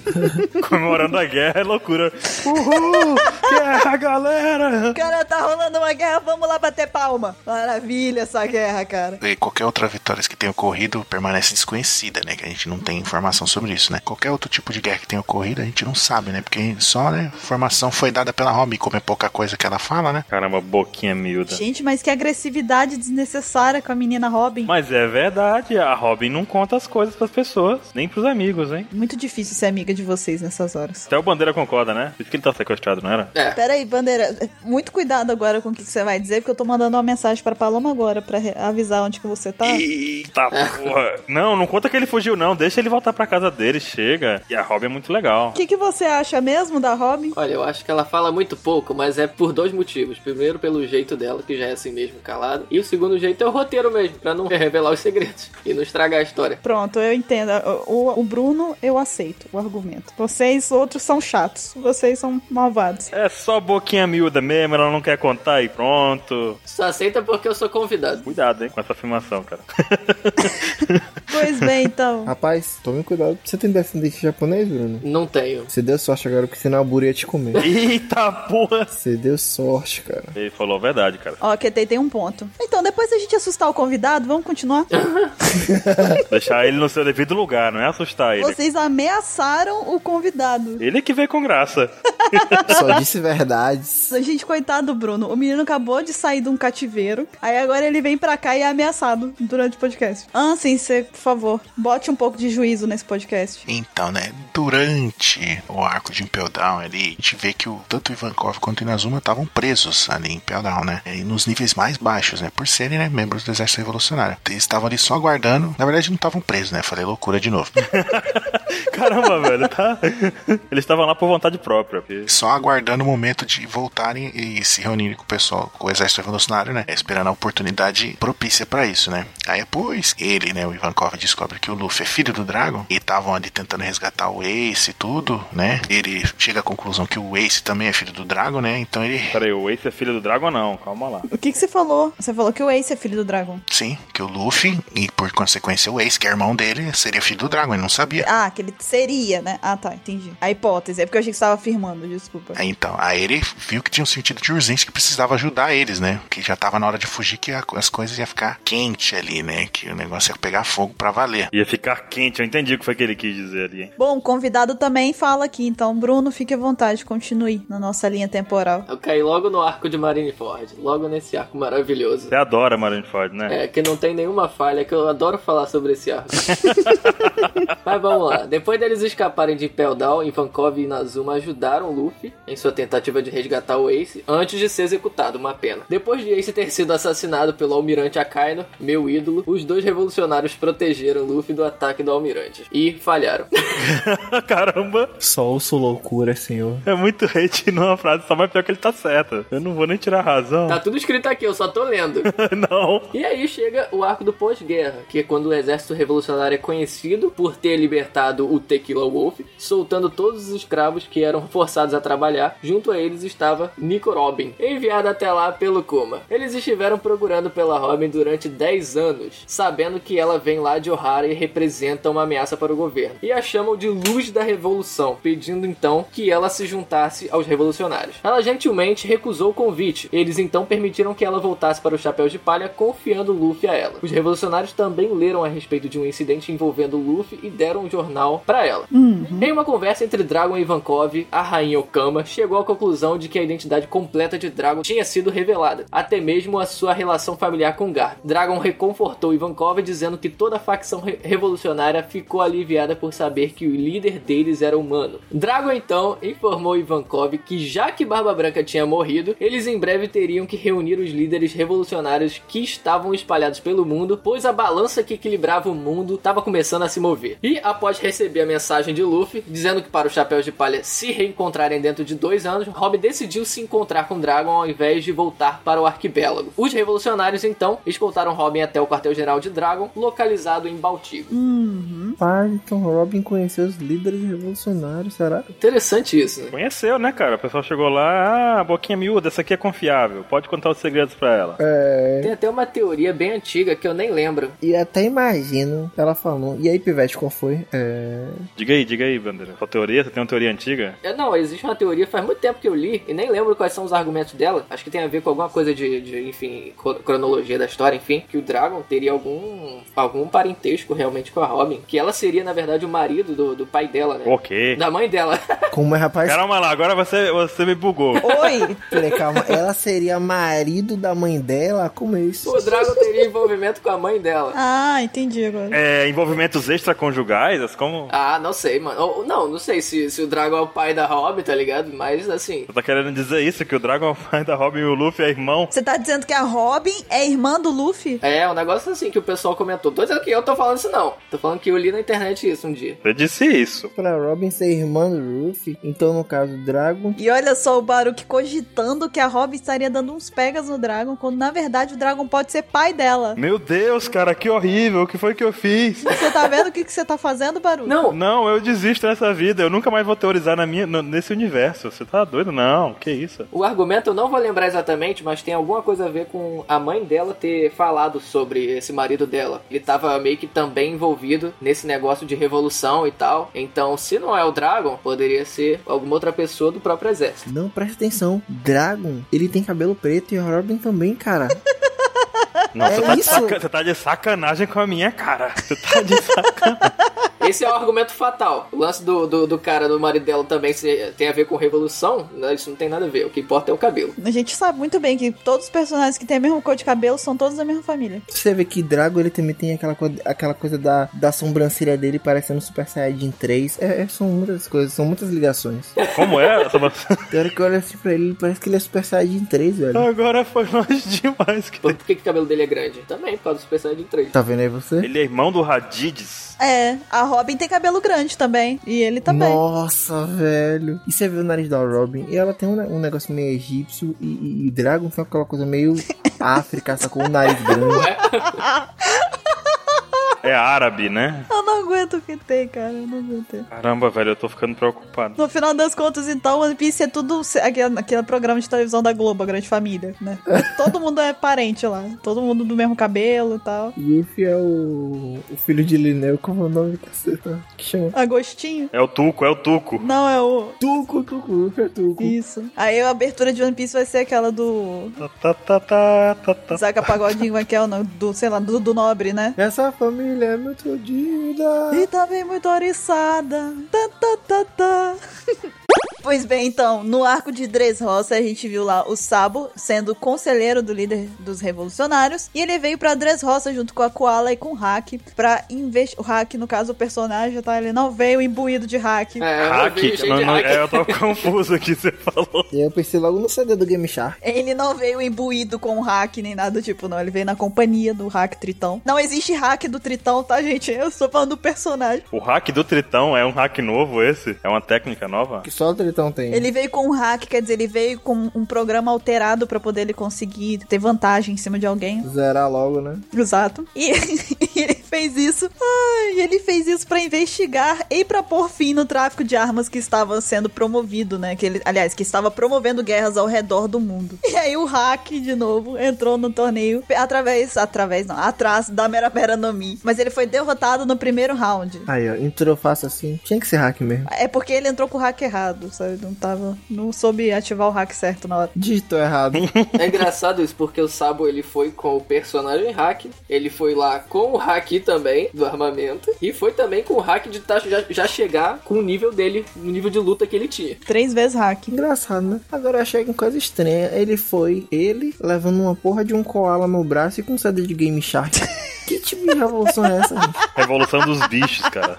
B: Comemorando a guerra é loucura. Uhul! Guerra, galera!
D: Cara, tá rolando uma guerra, vamos lá bater palma. Maravilha essa guerra, cara.
C: E É, qualquer outra vitória que tenha ocorrido permanece desconhecida, né? Que a gente não tem informação sobre isso, né? Qualquer outro tipo de guerra que tenha ocorrido, a gente não sabe, né? Porque só, né? Informação foi dada pela Robin, como é pouca coisa que ela fala, né?
B: Caramba, boquinha miúda.
D: Gente, mas que agressividade desnecessária com a menina Robin.
B: Mas é verdade, a Robin não conta as coisas pras pessoas, nem pros amigos, hein?
D: Muito difícil ser amiga de vocês nessas horas.
B: Até o Bandeira concorda, né? Por isso que ele tá sequestrado, não era?
E: É.
D: Pera aí, Bandeira, muito cuidado agora com o que você vai dizer, porque eu tô mandando uma mensagem pra Paloma agora pra re- avisar onde que você tá.
B: Eita porra! Não, não conta que ele fugiu, não. Deixa ele voltar pra casa dele, chega. E a Robin é muito legal.
D: O que, que você acha mesmo da Robin?
E: Olha, eu acho que ela fala muito pouco, mas é por dois motivos. Primeiro, pelo jeito dela, que já é assim mesmo calada. E o segundo jeito é o roteiro mesmo, pra não revelar os segredos e não estragar a história.
D: Pronto, eu entendo. O, o Bruno, eu aceito o argumento. Vocês outros são chatos. Vocês são malvados.
B: É só boquinha miúda mesmo, ela não quer contar e pronto.
E: Só aceita porque eu sou convidado.
B: Cuidado, hein, com essa afirmação, cara.
D: Pois bem, então.
A: Rapaz, tome cuidado. Você tem descendente japonês, Bruno?
E: Não tenho.
A: Você deu sorte agora, porque senão a Buru ia te comer.
B: Eita porra!
A: Você deu sorte, cara.
B: Ele falou a verdade, cara.
D: Ó, QT tem um ponto. Então, depois da gente assustar o convidado, vamos continuar?
B: Deixar ele no seu devido lugar, não é assustar ele.
D: Vocês ameaçaram o convidado.
B: Ele que veio com graça.
A: Só disse verdades.
D: Gente, coitado do Bruno. O menino acabou de sair de um cativeiro. Aí agora ele vem pra cá e é ameaçado durante o podcast. Ansem, você, por favor, bote um pouco de juízo nesse podcast.
C: Então, né, durante o arco de Impel Down ali, a gente vê que o, tanto o Ivankov quanto o Inazuma estavam presos ali em Impel Down, né? E nos níveis mais baixos, né? Por serem, né, membros do Exército Revolucionário. Eles estavam ali só aguardando. Na verdade, não estavam presos, né? Falei loucura de novo.
B: Caramba, velho, tá? Eles estavam lá por vontade própria. porque-
C: só aguardando o momento de voltarem e se reunirem com o pessoal, com o exército revolucionário, né? Esperando a oportunidade propícia pra isso, né? Aí depois ele, né, o Ivankov descobre que o Luffy é filho do Dragon e estavam ali tentando resgatar o Ace e tudo, né? Ele chega à conclusão que o Ace também é filho do Dragon, né? Então ele
B: Peraí, o Ace é filho do Dragon ou não? Calma lá.
D: O que, que você falou? Você falou que o Ace é filho do dragão.
C: Sim, que o Luffy, e por consequência o Ace, que é irmão dele, seria filho do Dragon, ele não sabia.
D: Ah, que ele seria, né? Ah, tá, entendi. A hipótese. É porque eu achei que você tava afirmando, desculpa.
C: Aí, então, aí ele viu que tinha um sentido de urgência que precisava ajudar eles, né? Que já tava na hora de fugir, que a- as coisas iam ficar quente ali, né? Que o negócio ia pegar fogo pra valer.
B: Ia ficar quente, eu entendi o que foi que ele quis dizer ali, hein?
D: Bom, o convidado também fala aqui, então, Bruno, fique à vontade, continue na nossa linha temporal.
E: Eu caí logo no arco de Marineford, logo nesse arco maravilhoso.
B: Você adora Marineford, né?
E: É, que não tem nenhuma falha, que eu adoro falar sobre esse arco. Mas vamos lá. Depois deles escaparem de Impel Down, Ivankov e Inazuma ajudaram o Luffy em sua tentativa de resgatar o Ace antes de ser executado, uma pena. Depois de Ace ter sido assassinado pelo almirante Akaino, meu ídolo, os dois revolucionários protegeram Luffy do ataque do almirante. E falharam.
B: Caramba,
A: Só ouço loucura, senhor.
B: é muito hate numa frase só, mas pior que ele tá certo. Eu não vou nem tirar a razão.
E: tá tudo escrito aqui, eu só tô lendo.
B: não.
E: E aí chega o arco do pós-guerra, que é quando o exército revolucionário é conhecido por ter libertado o Tequila Wolf, soltando todos os escravos que eram forçados a trabalhar. Junto a eles estava Nico Robin, enviado até lá pelo Kuma. Eles estiveram procurando pela Robin durante 10 anos, sabendo que ela vem lá de O'Hara e representa uma ameaça para o governo. E a chamam de Luz da Revolução, pedindo então que ela se juntasse aos revolucionários. Ela gentilmente recusou o convite. Eles então permitiram que ela voltasse para o Chapéu de Palha, confiando Luffy a ela. Os revolucionários também leram a respeito de um incidente envolvendo Luffy e deram um jornal para ela. Em uma conversa entre Dragon e Ivankov, a rainha Okama chegou à conclusão de que a identidade completa de Dragon tinha sido revelada, até mesmo a sua relação familiar com Gar. Dragon reconfortou Ivankov dizendo que toda a facção re- revolucionária ficou aliviada por saber que o líder deles era humano. Dragon então informou Ivankov que já que Barba Branca tinha morrido, eles em breve teriam que reunir os líderes revolucionários que estavam espalhados pelo mundo, pois a balança que equilibrava o mundo estava começando a se mover. E após receber a mensagem de Luffy, dizendo que para os Chapéus de Palha se reencontrarem dentro de dois anos, Robin decidiu se encontrar com Dragon ao invés de voltar para o arquipélago. Os revolucionários então escoltaram Robin até o quartel-general de Dragon, localizado em Baltigo.
A: Pai, então Robin conheceu os líderes revolucionários, será?
E: Interessante isso, né?
B: Conheceu, né, cara? O pessoal chegou lá, ah, boquinha miúda, essa aqui é confiável. Pode contar os segredos pra ela.
E: Tem até uma teoria bem antiga que eu nem lembro.
A: E até imagino ela falando. E aí, Pivete, qual foi? É,
B: Diga aí, diga aí, Bandeira. Sua teoria? Você tem uma teoria antiga?
E: É, Não, existe uma teoria, faz muito tempo que eu li e nem lembro quais são os argumentos dela. Acho que tem a ver com alguma coisa de, de, enfim, cro- cronologia da história, enfim, que o Dragon teria algum algum parentesco realmente com a Robin, que ela seria na verdade o marido do, do pai dela, né?
B: Ok.
E: Da mãe dela.
A: Como é, rapaz?
B: Caramba lá, agora você, você me bugou.
D: Oi!
A: Peraí, calma. Ela seria marido da mãe dela? Como é isso?
E: o Dragon teria envolvimento com a mãe dela.
D: Ah, entendi agora.
B: É, envolvimentos extraconjugais? Como.
E: Ah, não sei, mano. Ou- Não, não sei se, se o Dragon é o pai da Robin, tá ligado? Mas assim,
B: Você tá querendo dizer isso? Que o Dragon é o pai da Robin e o Luffy é irmão?
D: Você tá dizendo que a Robin é irmã do Luffy?
E: é um negócio assim que o pessoal comentou. Tô dizendo que eu tô falando isso não. Tô falando que eu li na internet isso um dia.
B: Você disse isso.
A: Pra Robin ser irmã do Luffy, então no caso do Dragon,
D: E olha só o Baruch cogitando que a Robin estaria dando uns pegas no Dragon, quando na verdade o Dragon pode ser pai dela.
B: Meu Deus, cara, que horrível. O que foi que eu fiz?
D: Você tá vendo o que, que você tá fazendo, Baruch?
E: Não,
B: Não, eu desisto dessa vida. Eu nunca mais vou teorizar na minha, no- nesse universo. Você tá doido? Não, que isso.
E: O argumento eu não vou lembrar exatamente, mas tem alguma coisa a ver com a mãe dela ter falado sobre esse marido dela. Ele tava meio que também envolvido nesse negócio de revolução e tal. Então, se não é o Dragon, poderia ser alguma outra pessoa do próprio exército.
A: não presta atenção. Dragon, ele tem cabelo preto e a Robin também, cara.
B: Nossa,
A: É
B: você, tá de
A: isso?
B: saca- você tá de sacanagem com a minha cara. Você tá de sacanagem.
E: Esse é o argumento fatal. O lance do, do, do cara do marido dela também se- tem a ver com revolução. Não, Isso não tem nada a ver. O que importa é o cabelo.
D: A gente sabe muito bem que todos os personagens que têm a mesma cor de cabelo são todos da mesma família.
A: Você vê que Dragon, ele também tem aquela, co- aquela coisa da, da sobrancelha dele parecendo Super Saiyajin 3. É, é, são muitas coisas, são muitas ligações.
B: Como é? essa-
A: Tem hora que eu olho assim pra ele, parece que ele é Super Saiyajin 3, velho.
B: Agora foi longe demais. Que...
E: Por, por que, que o cabelo dele é grande? Também por causa do personagem de três.
A: Tá vendo aí você?
B: Ele é irmão do Radidis.
D: É, a Robin tem cabelo grande também. E ele também.
A: Nossa, velho. E você vê o nariz da Robin, e ela tem um, ne- um negócio meio egípcio, e, e, e Dragon tem aquela coisa meio África, sacou? Um nariz grande.
B: É árabe, né?
D: Eu não aguento o que tem, cara. Eu não aguento.
B: Caramba, velho, eu tô ficando preocupado.
D: No final das contas, então, One Piece é tudo se- aquele, aquele programa de televisão da Globo, a Grande Família, né? Todo mundo é parente lá. Todo mundo do mesmo cabelo e tal.
A: Luffy é o, o filho de Linneu, como é o nome caceta? Que chama?
D: Agostinho?
B: É o Tuco, é o Tuco.
D: Não, é o.
A: Tuco, Tuco, Luffy é Tuco.
D: Isso. Aí a abertura de One Piece vai ser aquela do.
B: Tá, tá, tá, tá, tá, tá.
D: Zaca Pagodinho, como é que é o nome? Do, sei lá, do, do nobre, né?
A: Essa família é muito unida.
D: E também muito oriçada. Tá, tá, tá, tá. Pois bem, então, no arco de Dressrosa a gente viu lá o Sabo sendo conselheiro do líder dos revolucionários e ele veio pra Dressrosa junto com a Koala e com o Hack pra investigar. O Hack, no caso, o personagem, tá? Ele não veio imbuído de Hack.
E: É, eu
B: Hack?
E: vi, gente,
B: Não, não,
E: hack.
B: é, eu tô confuso aqui, você falou.
A: Eu pensei logo no CD do Game Shark.
D: Ele não veio imbuído com o hack nem nada do tipo, não. Ele veio na companhia do hack Tritão. Não existe hack do Tritão, tá, gente? Eu sou falando do personagem.
B: O hack do Tritão é um hack novo esse? É uma técnica nova?
A: Que só o Tritão tem.
D: Ele veio com um hack, quer dizer, ele veio com um programa alterado pra poder ele conseguir ter vantagem em cima de alguém.
A: Zerar logo, né?
D: Exato. E ele fez isso. Ai, ele fez isso pra investigar e pra pôr fim no tráfico de armas que estava sendo promovido, né? Que ele, aliás, que estava promovendo guerras ao redor do mundo. E aí o hack de novo entrou no torneio pe- através através não, atrás da Mera Mera no Mi, mas ele foi derrotado no primeiro round.
A: Aí, ó, entrou fácil assim. Tinha que ser hack mesmo.
D: É porque ele entrou com o hack errado, sabe? Não tava, não soube ativar o hack certo na hora.
A: Digitou errado.
E: É engraçado isso, porque o Sabo ele foi com o personagem hack, ele foi lá com o hack também do armamento, e foi também com o hack de tá, já, já chegar com o nível dele, o nível de luta que ele tinha.
D: Três vezes hack.
A: Engraçado, né? Agora eu achei que coisa estranha. Ele foi, ele, levando uma porra de um koala no braço e com um CD de Game Shark. que tipo de revolução é essa, gente?
B: Revolução dos bichos, cara.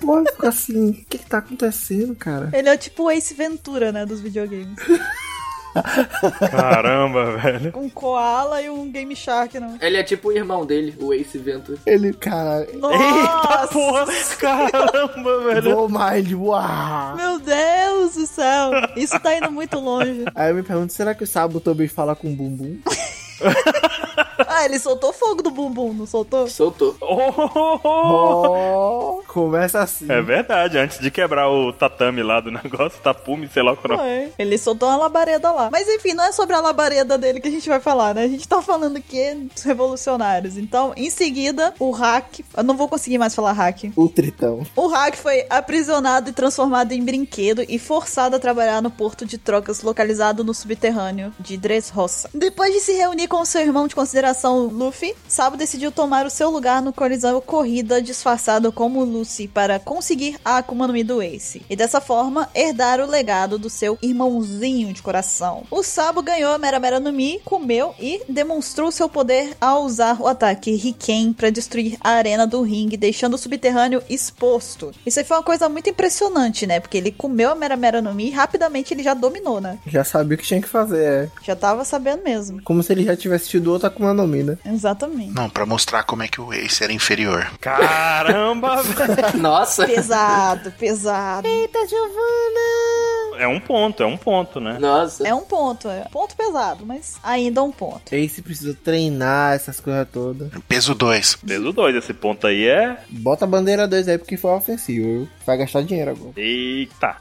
A: Porra, ficou assim, o que que tá acontecendo, cara?
D: Ele é tipo o Ace Ventura, né, dos videogames.
B: Caramba, velho.
D: Um koala e um Game Shark, não.
E: Ele é tipo o irmão dele, o Ace Ventura.
A: Ele, cara,
B: Eita porra! Caramba, velho.
A: go mind, uau!
D: Meu Deus do céu! Isso tá indo muito longe.
A: Aí eu me pergunto, será que o Sabo também fala com o Bumbum?
D: Ah, ele soltou fogo do bumbum, não soltou?
E: Soltou.
B: Oh, oh, oh, oh.
A: Oh, Começa assim.
B: É verdade, antes de quebrar o tatame lá do negócio, tapume, sei lá o que era.
D: Foi. Ele soltou uma labareda lá. Mas enfim, não é sobre a labareda dele que a gente vai falar, né? A gente tá falando que é dos revolucionários. Então, em seguida, o hack. Eu não vou conseguir mais falar hack.
A: O tritão.
D: O hack foi aprisionado e transformado em brinquedo e forçado a trabalhar no porto de trocas localizado no subterrâneo de Dressrosa. Depois de se reunir com seu irmão de consideração, Luffy, Sabo decidiu tomar o seu lugar no colisão corrida disfarçado como Lucy para conseguir a Akuma no Mi do Ace e dessa forma herdar o legado do seu irmãozinho de coração. O Sabo ganhou a Mera Mera no Mi, comeu e demonstrou seu poder ao usar o ataque Riken para destruir a arena do ringue, deixando o subterrâneo exposto. Isso aí foi uma coisa muito impressionante, né? Porque ele comeu a Mera Mera no Mi e rapidamente ele já dominou, né?
A: Já sabia o que tinha que fazer, é.
D: Já tava sabendo mesmo.
A: Como se ele já tivesse tido outra Akuma no Mi, né?
D: Exatamente.
C: Não, pra mostrar como é que o Ace era inferior.
B: Caramba, velho.
E: Nossa!
D: Pesado, pesado.
A: Eita, Giovana!
B: É um ponto, é um ponto, né?
E: Nossa.
D: É um ponto, é um ponto pesado, mas ainda um ponto.
A: Ace precisa treinar essas coisas todas.
C: Peso 2.
B: Peso 2, esse ponto aí é.
A: Bota a bandeira 2 aí porque foi ofensivo. viu? Vai gastar dinheiro agora.
B: Eita!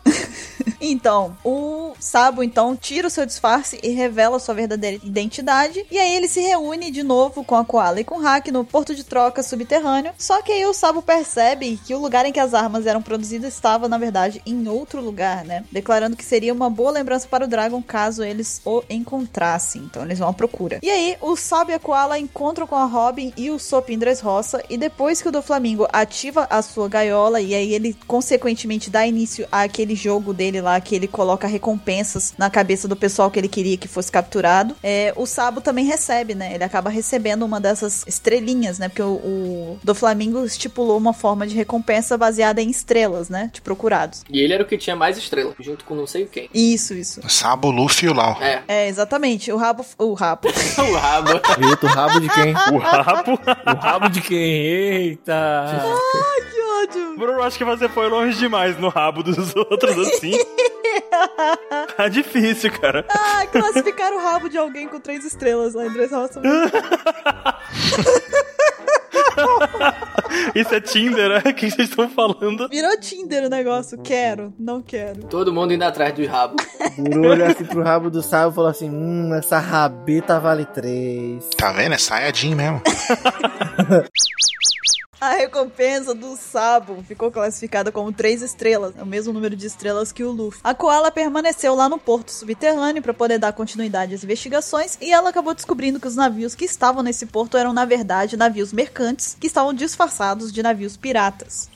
D: Então, o Sabo então tira o seu disfarce e revela sua verdadeira identidade. E aí ele se reúne de novo com a Koala e com o Hack no porto de troca subterrâneo. Só que aí o Sabo percebe que o lugar em que as armas eram produzidas estava, na verdade, em outro lugar, né? Declarando que seria uma boa lembrança para o Dragon caso eles o encontrassem. Então eles vão à procura. E aí o Sabo e a Koala encontram com a Robin e o Sop em Dressrosa. E depois que o do Flamingo ativa a sua gaiola e aí ele consequentemente dá início àquele jogo dele lá que ele coloca recompensas na cabeça do pessoal que ele queria que fosse capturado. É, o Sabo também recebe, né? Ele acaba recebendo uma dessas estrelinhas, né? Porque o, o do Flamengo estipulou uma forma de recompensa baseada em estrelas, né? De procurados.
E: E ele era o que tinha mais estrela, junto com não sei quem.
D: Isso, isso.
C: Sabo, Luffy e o Lau.
E: É.
D: É, exatamente. O rabo. O rabo.
E: O rabo.
A: Eita, o rabo de quem?
B: O rabo.
G: O rabo de quem? Eita!
D: que ódio!
B: Bruno, acho que você foi longe demais no rabo dos outros assim. Tá difícil, cara.
D: Ah, classificaram o rabo de alguém com três estrelas lá em Dressrosa.
B: Isso é Tinder, né? O que vocês estão falando?
D: Virou Tinder o negócio. Quero, não quero.
E: Todo mundo indo atrás dos rabos.
A: Guru olha assim pro rabo do sábio e falou assim: Hum, essa rabeta vale 3.
C: Tá vendo? É Sayajin mesmo.
D: A recompensa do Sabo ficou classificada como três estrelas, é o mesmo número de estrelas que o Luffy. A Koala permaneceu lá no porto subterrâneo para poder dar continuidade às investigações e ela acabou descobrindo que os navios que estavam nesse porto eram, na verdade, navios mercantes que estavam disfarçados de navios piratas.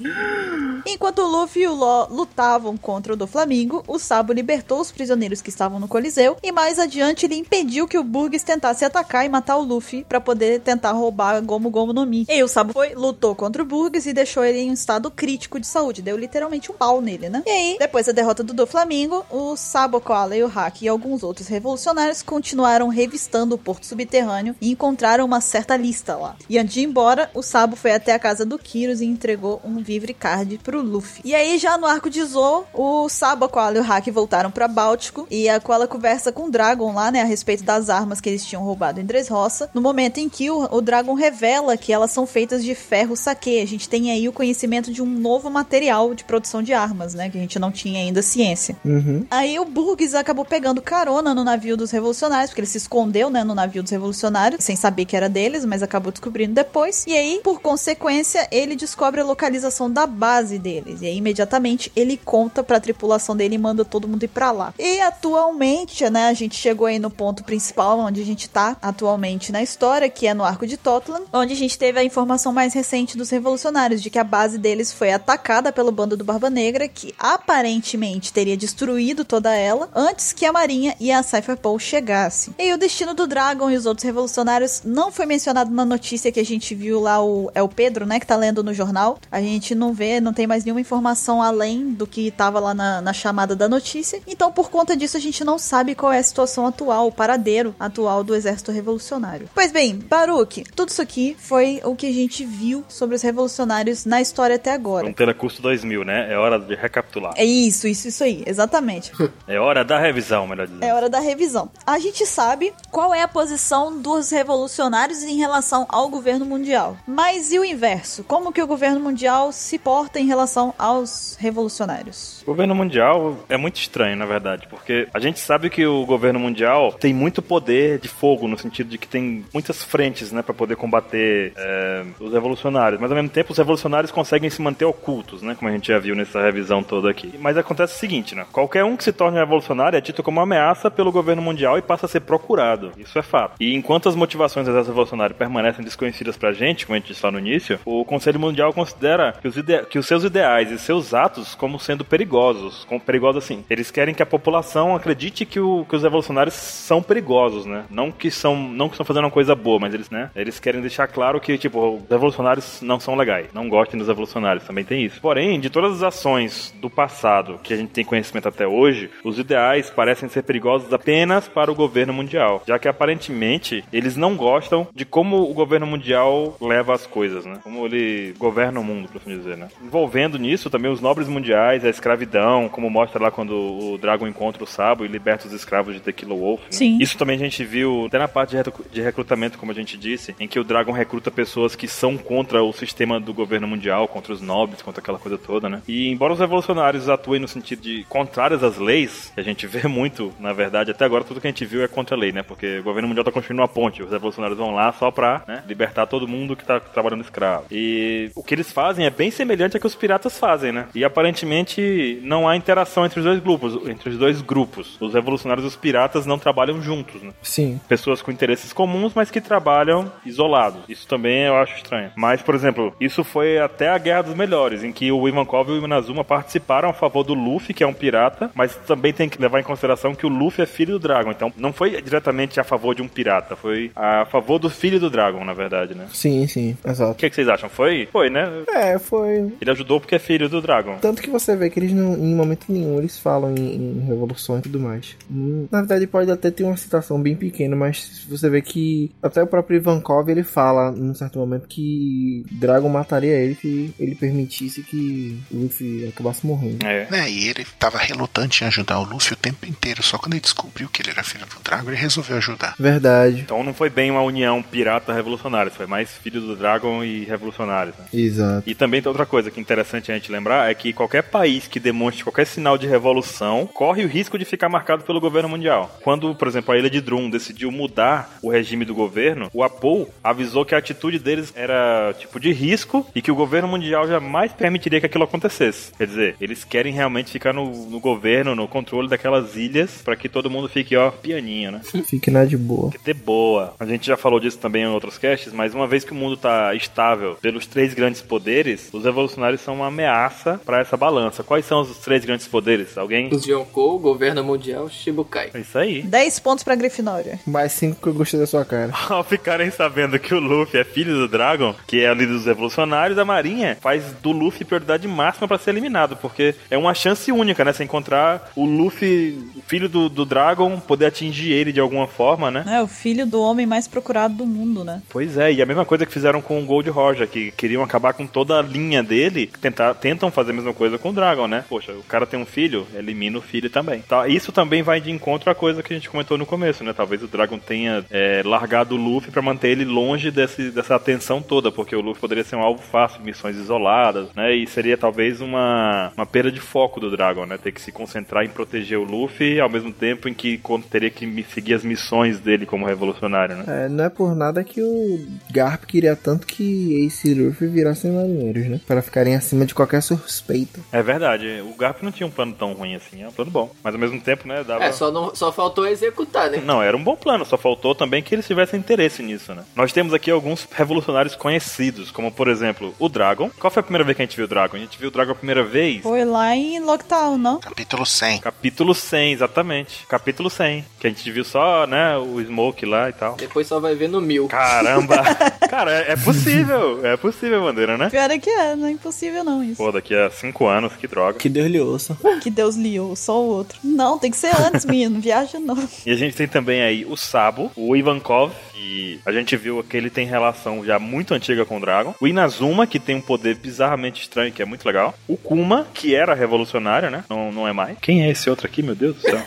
D: Enquanto o Luffy e o Law lutavam contra o do Flamingo, o Sabo libertou os prisioneiros que estavam no Coliseu e mais adiante ele impediu que o Burgess tentasse atacar e matar o Luffy para poder tentar roubar a Gomu Gomu no Mi. E aí o Sabo foi, lutou contra o Burgess e deixou ele em um estado crítico de saúde, deu literalmente um pau nele, né? E aí, depois da derrota do do Flamingo, o Sabo, Koala e o Hack e alguns outros revolucionários continuaram revistando o porto subterrâneo e encontraram uma certa lista lá. E antes de ir embora, o Sabo foi até a casa do Kyrus e entregou um vivre card pro Luffy. E aí, já no arco de Zo, o Sabo, a Koala e o Hack voltaram pra Báltico e a Koala conversa com o Dragon lá, né, a respeito das armas que eles tinham roubado em Dressrosa, no momento em que o, o Dragon revela que elas são feitas de ferro saque. A gente tem aí o conhecimento de um novo material de produção de armas, né, que a gente não tinha ainda ciência.
A: Uhum.
D: Aí o Burgess acabou pegando carona no navio dos revolucionários, porque ele se escondeu, né, no navio dos revolucionários, sem saber que era deles, mas acabou descobrindo depois. E aí, por consequência, ele descobre a localização da base deles. E aí, imediatamente, ele conta pra tripulação dele e manda todo mundo ir pra lá. E atualmente, né, a gente chegou aí no ponto principal, onde a gente tá atualmente na história, que é no Arco de Totland, onde a gente teve a informação mais recente dos revolucionários, de que a base deles foi atacada pelo bando do Barba Negra, que aparentemente teria destruído toda ela antes que a Marinha e a Cypherpole chegassem. E aí, o destino do Dragon e os outros revolucionários não foi mencionado na notícia que a gente viu lá, o, é o Pedro, né, que tá lendo no jornal. A gente não vê, não tem mais nenhuma informação além do que estava lá na, na chamada da notícia. Então, por conta disso, a gente não sabe qual é a situação atual, o paradeiro atual do Exército Revolucionário. Pois bem, Baruch, tudo isso aqui foi o que a gente viu sobre os revolucionários na história até agora.
B: Fronteira custo 2000, né? É hora de recapitular.
D: É isso, isso, isso aí, exatamente.
B: É hora da revisão, melhor dizendo.
D: É hora da revisão. A gente sabe qual é a posição dos revolucionários em relação ao governo mundial. Mas e o inverso? Como que o governo mundial se porta em relação aos revolucionários?
B: O governo mundial é muito estranho, na verdade, porque a gente sabe que o governo mundial tem muito poder de fogo, no sentido de que tem muitas frentes, né, para poder combater é, os revolucionários. Mas ao mesmo tempo, os revolucionários conseguem se manter ocultos, né, como a gente já viu nessa revisão toda aqui. Mas acontece o seguinte, né, qualquer um que se torne revolucionário é dito como uma ameaça pelo governo mundial e passa a ser procurado. Isso é fato. E enquanto as motivações do exército revolucionário permanecem desconhecidas pra gente, como a gente disse lá no início, o Conselho Mundial considera que os, ide- que os seus ideais e seus atos como sendo perigosos. Com perigosos assim. Eles querem que a população acredite que, o, que os revolucionários são perigosos, né? Não que são não que estão fazendo uma coisa boa, mas eles, né? Eles querem deixar claro que, tipo, os revolucionários não são legais. Não gostem dos revolucionários, também tem isso. Porém, de todas as ações do passado que a gente tem conhecimento até hoje, os ideais parecem ser perigosos apenas para o governo mundial, já que aparentemente eles não gostam de como o governo mundial leva as coisas, né? Como ele governa o mundo, por assim dizer, né? Envolvendo nisso também os nobres mundiais, a escravidão, como mostra lá quando o Dragon encontra o Sabo e liberta os escravos de Tequila Wolf. né?
D: Sim.
B: Isso também a gente viu até na parte de recru- de recrutamento, como a gente disse, em que o Dragon recruta pessoas que são contra o sistema do governo mundial, contra os nobres, contra aquela coisa toda, né? E embora os revolucionários atuem no sentido de contrárias às leis, que a gente vê muito, na verdade, até agora tudo que a gente viu é contra a lei, né? Porque o governo mundial tá construindo uma ponte, os revolucionários vão lá só pra né, libertar todo mundo que tá trabalhando escravo. E o que eles fazem é bem semelhante ao que os piratas fazem, né? E aparentemente não há interação entre os dois grupos, entre os dois grupos. Os revolucionários e os piratas não trabalham juntos, né?
A: Sim.
B: pessoas com interesses comuns, mas que trabalham isolados. Isso também eu acho estranho. Mas, por exemplo, isso foi até a Guerra dos Melhores, em que o Ivankov e o Inazuma participaram a favor do Luffy, que é um pirata, mas também tem que levar em consideração que o Luffy é filho do Dragon. Então, não foi diretamente a favor de um pirata, foi a favor do filho do Dragon, na verdade, né?
A: Sim, sim,
B: O
A: exato.
B: que, que vocês acham? Foi? Foi, né?
A: É, foi.
B: Ele ajudou porque é filho do Dragon.
A: Tanto que você vê que eles não, em momento nenhum eles falam em, em revoluções e tudo mais. Hum, Na verdade, pode até ter uma citação bem pequena, mas você vê que até o próprio Ivankov ele fala num certo momento que Dragon mataria ele se ele permitisse que o Luffy acabasse morrendo.
B: É.
C: Né, e ele tava relutante em ajudar o Luffy o tempo inteiro, só quando ele descobriu que ele era filho do Drago, ele resolveu ajudar.
A: Verdade.
B: Então não foi bem uma união pirata-revolucionário, foi mais filho do Dragon e revolucionário. Né?
A: Exato.
B: E também tem outra coisa que é interessante a gente lembrar é que qualquer país que demonstre qualquer sinal de revolução corre o risco de ficar marcado pelo governo mundial. Quando, por exemplo, a ilha de Drum decidiu mudar o regime do governo, o Apol avisou que a atitude deles era tipo de risco e que o governo mundial jamais permitiria que aquilo acontecesse. Quer dizer, eles querem realmente ficar no, no governo, no controle daquelas ilhas, pra que todo mundo fique, ó, pianinho, né?
A: Fique na de boa.
B: Que ter boa. A gente já falou disso também em outros casts, mas uma vez que o mundo tá estável pelos três grandes poderes, os revolucionários são uma ameaça pra essa balança. Quais são os três grandes poderes? Alguém?
E: Os Yonkou, governo mundial, Shibukai.
B: É isso aí.
D: 10 pontos pra Grifinória.
A: Mais cinco que eu gostei da sua cara.
B: Ao ficarem sabendo que o Luffy é filho do Dragon, que é líder dos revolucionários, a Marinha faz do Luffy prioridade máxima pra ser eliminado, porque é uma chance única, né? Se encontrar o Luffy, filho do, do Dragon, poder atingir ele de alguma forma, né?
D: É, o filho do homem mais procurado do mundo, né?
B: Pois é, e a mesma coisa que fizeram com o Gold Roger, que queriam acabar com toda a linha dele, que tentar, tentam fazer a mesma coisa com o Dragon, né? Poxa, o cara tem um filho, elimina o filho também. Tá, isso também vai de encontro à coisa que a gente comentou no começo, né? Talvez o Dragon tenha é, largado o Luffy pra manter ele longe desse, dessa atenção toda, porque o Luffy poderia ser um alvo fácil, missões isoladas, né? E seria talvez uma, uma perda de foco do Dragon, né? Ter que se concentrar em proteger o Luffy, ao mesmo tempo em que quando teria que me- seguir as missões dele como revolucionário, né?
A: É, não é por nada que o Garp queria tanto que Ace e Luffy virassem marinheiros, né? Para ficarem acima de qualquer suspeita.
B: É verdade, o Garp não tinha um plano tão ruim assim, é um plano bom. Mas ao mesmo tempo, né, dava.
E: É, só, não, só faltou executar, né?
B: Não, era um bom plano, só faltou também que eles tivessem interesse nisso, né? Nós temos aqui alguns revolucionários conhecidos, como por exemplo o Dragon. Qual foi a primeira vez que a gente viu o Dragon? A gente viu o Dragon a primeira vez?
D: Foi lá em Lockdown, não?
C: Capítulo 100.
B: Capítulo 100, exatamente. Capítulo 100. Que a gente viu só, né, o Smoke lá e tal.
E: Depois só vai ver no mil.
B: Caramba! Cara, é é possível, é possível, Bandeira, né?
D: Pior é que é, não é impossível possível, não, isso.
B: Pô, daqui a cinco anos, que droga.
A: Que Deus lhe ouça.
D: Que Deus liou, só o outro. Não, tem que ser antes, menino. não Viaja não.
B: E a gente tem também aí o Sabo, o Ivankov, que a gente viu que ele tem relação já muito antiga com o Dragon. O Inazuma, que tem um poder bizarramente estranho, que é muito legal. O Kuma, que era revolucionário, né? Não, não é mais. Quem é esse outro aqui, meu Deus do céu?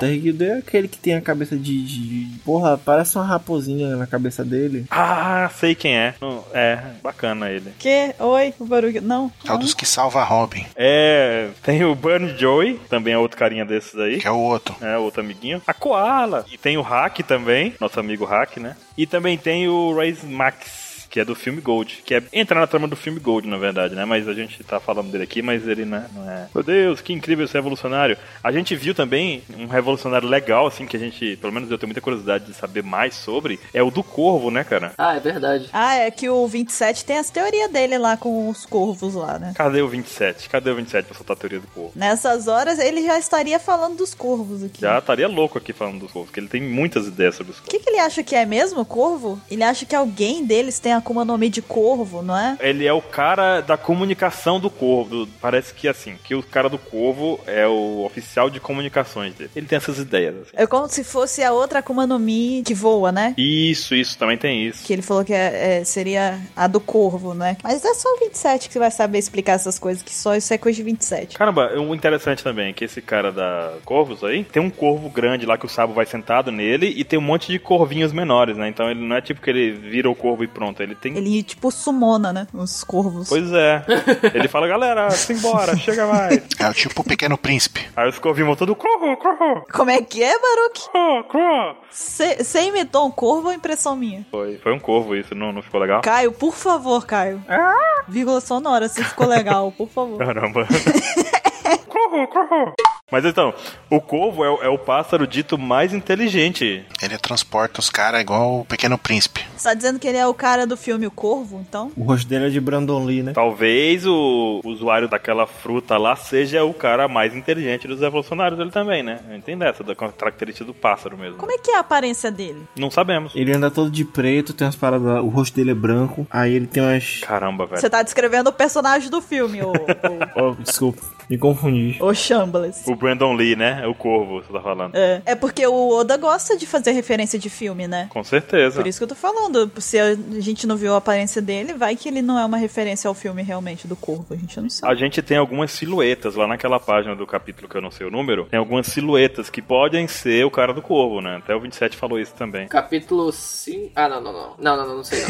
A: Darguildo é aquele que tem a cabeça de, de- Porra, parece uma raposinha na cabeça dele.
B: ah, sei quem é. Não, É, bacana ele.
D: Que? Oi, o barulho. Não. não.
C: Tal É dos que salva Robin,
B: É, tem o Burn Joey, também é outro carinha desses aí.
C: que é o outro.
B: É, outro amiguinho. A Koala. E tem o Hack também, nosso amigo Hack, né? E também tem o Raise Max. Que é do filme Gold, que é entrar na trama do filme Gold, na verdade, né? Mas a gente tá falando dele aqui, mas ele né, não é. Meu Deus, que incrível esse revolucionário. A gente viu também um revolucionário legal, assim, que a gente, pelo menos eu tenho muita curiosidade de saber mais sobre, é o do Corvo, né, cara?
E: Ah, é verdade.
D: Ah, é que o 27 tem as teorias dele lá com os corvos lá, né?
B: Cadê o 27? Cadê o 27 pra soltar a teoria do Corvo?
D: Nessas horas ele já estaria falando dos corvos aqui.
B: Já estaria louco aqui falando dos Corvos, porque ele tem muitas ideias sobre os
D: O
B: Corvos.
D: que, que ele acha que é mesmo, corvo? Ele acha que alguém deles tem a Akuma no Mi de corvo, não é?
B: Ele é o cara da comunicação do corvo. do- Parece que assim, que o cara do corvo é o oficial de comunicações dele. Ele tem essas ideias, assim.
D: É como se fosse a outra Akuma no Mi que voa, né?
B: Isso, isso, também tem isso.
D: Que ele falou que é- é- seria a do corvo, né? Mas é só o 27 que você vai saber explicar essas coisas, que só isso é coisa de 27.
B: Caramba, o interessante também é que esse cara da Corvos aí tem um corvo grande lá que o Sabo vai sentado nele e tem um monte de corvinhos menores, né? Então ele não é tipo que ele vira o corvo e pronto. Ele tem.
D: Ele, tipo, sumona, né? Os corvos.
B: Pois é. ele fala, galera, simbora, chega mais.
C: É o tipo o Pequeno Príncipe.
B: Aí os corvinhos vão tudo, crow, crow,
D: Como é que é, Baruque?
B: crow, crow.
D: Você imitou um corvo ou impressão minha?
B: Foi, foi um corvo isso, não, não ficou legal?
D: Caio, por favor, Caio.
B: Ah!
D: Vírgula sonora, se ficou legal, por favor.
B: Caramba. Corro, corro. Mas então, o corvo é, o- é o pássaro dito mais inteligente.
C: Ele transporta os caras igual o Pequeno Príncipe.
D: Você tá dizendo que ele é o cara do filme O Corvo, então?
A: O rosto dele é de Brandon Lee, né?
B: Talvez o usuário daquela fruta lá seja o cara mais inteligente dos evolucionários ele também, né? Entende essa, da característica do pássaro mesmo.
D: Como é que é a aparência dele?
B: Não sabemos.
A: Ele anda todo de preto, tem umas paradas. O rosto dele é branco. Aí ele tem umas.
B: Caramba, velho.
D: Você tá descrevendo o personagem do filme, ô,
A: Oh, desculpa, me confundi.
D: ô, ô Chambliss.
B: O Brandon Lee, né? É O corvo, você tá falando.
D: É. É porque o Oda gosta de fazer referência de filme, né?
B: Com certeza.
D: Por isso que eu tô falando. Se a gente não viu a aparência dele, vai que ele não é uma referência ao filme realmente do Corvo. A gente não sabe.
B: A gente tem algumas silhuetas lá naquela página do capítulo que eu não sei o número. Tem algumas silhuetas que podem ser o cara do corvo, né? Até o 27 falou isso também.
E: Capítulo 5. Ah, não, não, não. Não, não, não, não sei não.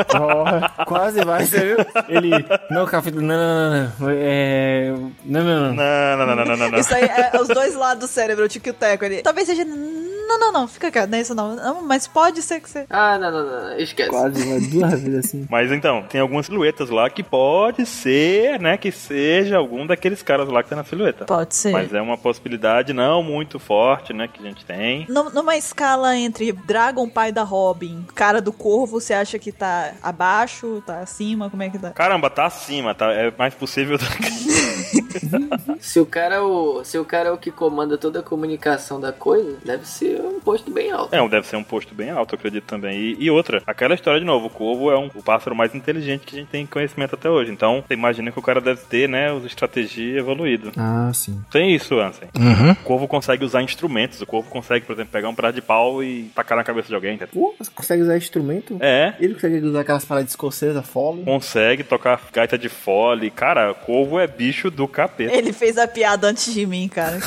A: Oh, quase vai, você viu? Ele. Não, capítulo. Não, não, não, não. É. Não, não, não.
B: Não, não, não, não, não, não. não.
D: Isso aí é os dois lados do cérebro, o tico e o teco. Ele... Talvez seja. Não, não, não, fica quieto, não é isso não. não. Mas pode ser que você.
E: Ah, não, não, não, não. Esquece.
A: Quase vai duas vezes assim.
B: Mas então, tem algumas silhuetas lá que pode ser, né, que seja algum daqueles caras lá que tá na silhueta.
D: Pode ser.
B: Mas é uma possibilidade não muito forte, né, que a gente tem.
D: Num- Numa escala entre Dragon, pai da Robin, cara do corvo, você acha que tá abaixo, tá acima? Como é que tá?
B: Caramba, tá acima, tá? É mais possível do que.
E: Se o cara é o, se o cara é o que comanda toda a comunicação da coisa, deve ser um posto bem alto.
B: É, deve ser um posto bem alto, eu acredito também. E, e outra, aquela história de novo, o corvo é um, o pássaro mais inteligente que a gente tem conhecimento até hoje. Então, você imagina que o cara deve ter, né, os estratégia evoluído.
A: Ah, sim.
B: Tem isso, Ansem.
C: Uhum.
B: O corvo consegue usar instrumentos, o corvo consegue, por exemplo, pegar um pedaço de pau e tacar na cabeça de alguém. entendeu?
A: Pô, você consegue usar instrumento?
B: É,
A: Ele consegue usar aquelas paradas escocesas, fole.
B: consegue tocar gaita de fole. Cara, corvo é bicho do capeta.
D: Ele fez a piada antes de mim, cara.